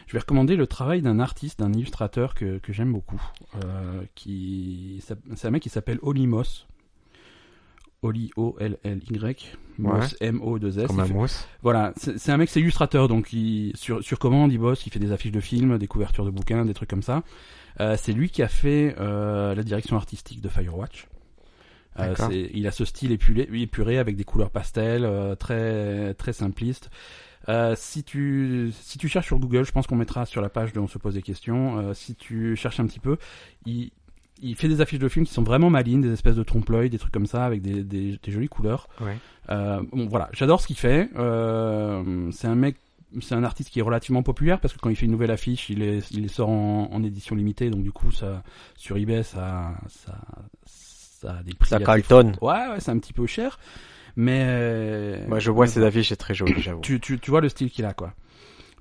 Speaker 2: Je vais recommander le travail d'un artiste, d'un illustrateur que, que j'aime beaucoup, euh, qui, s'app- c'est un mec qui s'appelle Oli Moss. Oli, O-L-L-Y. Moss, M-O-2-S.
Speaker 1: comme
Speaker 2: Il
Speaker 1: un
Speaker 2: fait-
Speaker 1: mousse.
Speaker 2: voilà, c'est c'est un mec, c'est illustrateur, donc il, sur, sur commande, il bosse, il fait des affiches de films, des couvertures de bouquins, des trucs comme ça. Euh, c'est lui qui a fait euh, la direction artistique de Firewatch. Euh,
Speaker 1: D'accord.
Speaker 2: c'est- il a ce style épuré, épuré avec des couleurs pastel, euh, très très simpliste. Euh, si tu si tu cherches sur Google, je pense qu'on mettra sur la page de On se pose des questions. euh, si tu cherches un petit peu, il il fait des affiches de films qui sont vraiment malines, des espèces de trompe-l'œil, des trucs comme ça, avec des, des, des jolies couleurs.
Speaker 1: Ouais.
Speaker 2: Euh, bon, voilà, j'adore ce qu'il fait. Euh, c'est un mec, c'est un artiste qui est relativement populaire parce que quand il fait une nouvelle affiche, il les, il les sort en, en édition limitée, donc du coup, ça sur eBay, ça, ça, ça a des prix.
Speaker 1: Ça
Speaker 2: assez
Speaker 1: cartonne.
Speaker 2: fous. Ouais, ouais, c'est un petit peu cher, mais. euh,
Speaker 1: Moi, je vois
Speaker 2: mais
Speaker 1: ces affiches, c'est très joli, j'avoue.
Speaker 2: Tu, tu, tu vois le style qu'il a, quoi.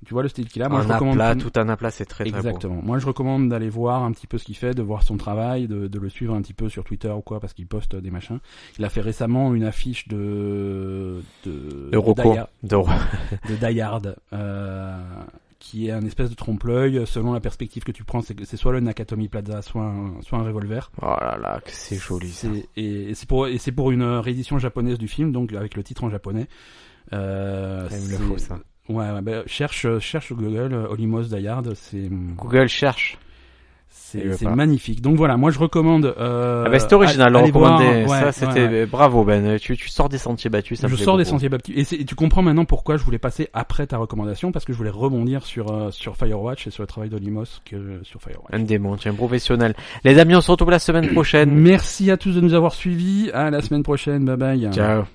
Speaker 2: Tu vois le style qu'il a. Moi,
Speaker 1: un
Speaker 2: je recommande.
Speaker 1: aplat,
Speaker 2: tout-
Speaker 1: tout un aplat, c'est très très beau.
Speaker 2: Exactement. Moi, je recommande d'aller voir un petit peu ce qu'il fait, de voir son travail, de, de le suivre un petit peu sur Twitter ou quoi, parce qu'il poste des machins. Il a fait récemment une affiche de de
Speaker 1: De Rocco.
Speaker 2: Die Hard-
Speaker 1: De Rocco.
Speaker 2: de Die Hard, euh, qui est un espèce de trompe-l'œil. Selon la perspective que tu prends, c'est que c'est soit le Nakatomi Plaza, soit un, soit un revolver.
Speaker 1: Oh là là, que c'est joli ça.
Speaker 2: C'est- Et, et c'est pour et c'est pour une euh, réédition japonaise du film, donc avec le titre en japonais. Euh,
Speaker 1: Ça, il me
Speaker 2: c'est-
Speaker 1: le faut, ça.
Speaker 2: Ouais, ouais, bah, cherche, euh, cherche sur Google euh, Olimos Dayard, c'est hum,
Speaker 1: Google cherche. il
Speaker 2: c'est
Speaker 1: veut
Speaker 2: c'est
Speaker 1: pas.
Speaker 2: magnifique. Donc voilà, moi je recommande. Euh,
Speaker 1: ah bah, c'est original,
Speaker 2: allez-
Speaker 1: le
Speaker 2: allez voir,
Speaker 1: recommander.
Speaker 2: ouais,
Speaker 1: ça,
Speaker 2: ouais,
Speaker 1: c'était
Speaker 2: ouais.
Speaker 1: bravo Ben. Tu, tu sors des sentiers battus. Ça me
Speaker 2: Je
Speaker 1: plaît
Speaker 2: sors des
Speaker 1: beaucoup.
Speaker 2: sentiers battus et, c'est- et tu comprends maintenant pourquoi je voulais passer après ta recommandation parce que je voulais rebondir sur euh, sur Firewatch et sur le travail d'Olimos que euh, sur Firewatch.
Speaker 1: Un démon, tu es un professionnel. Les amis, on se retrouve la semaine prochaine.
Speaker 2: Merci à tous de nous avoir suivis. À la semaine prochaine. Bye bye.
Speaker 1: Ciao.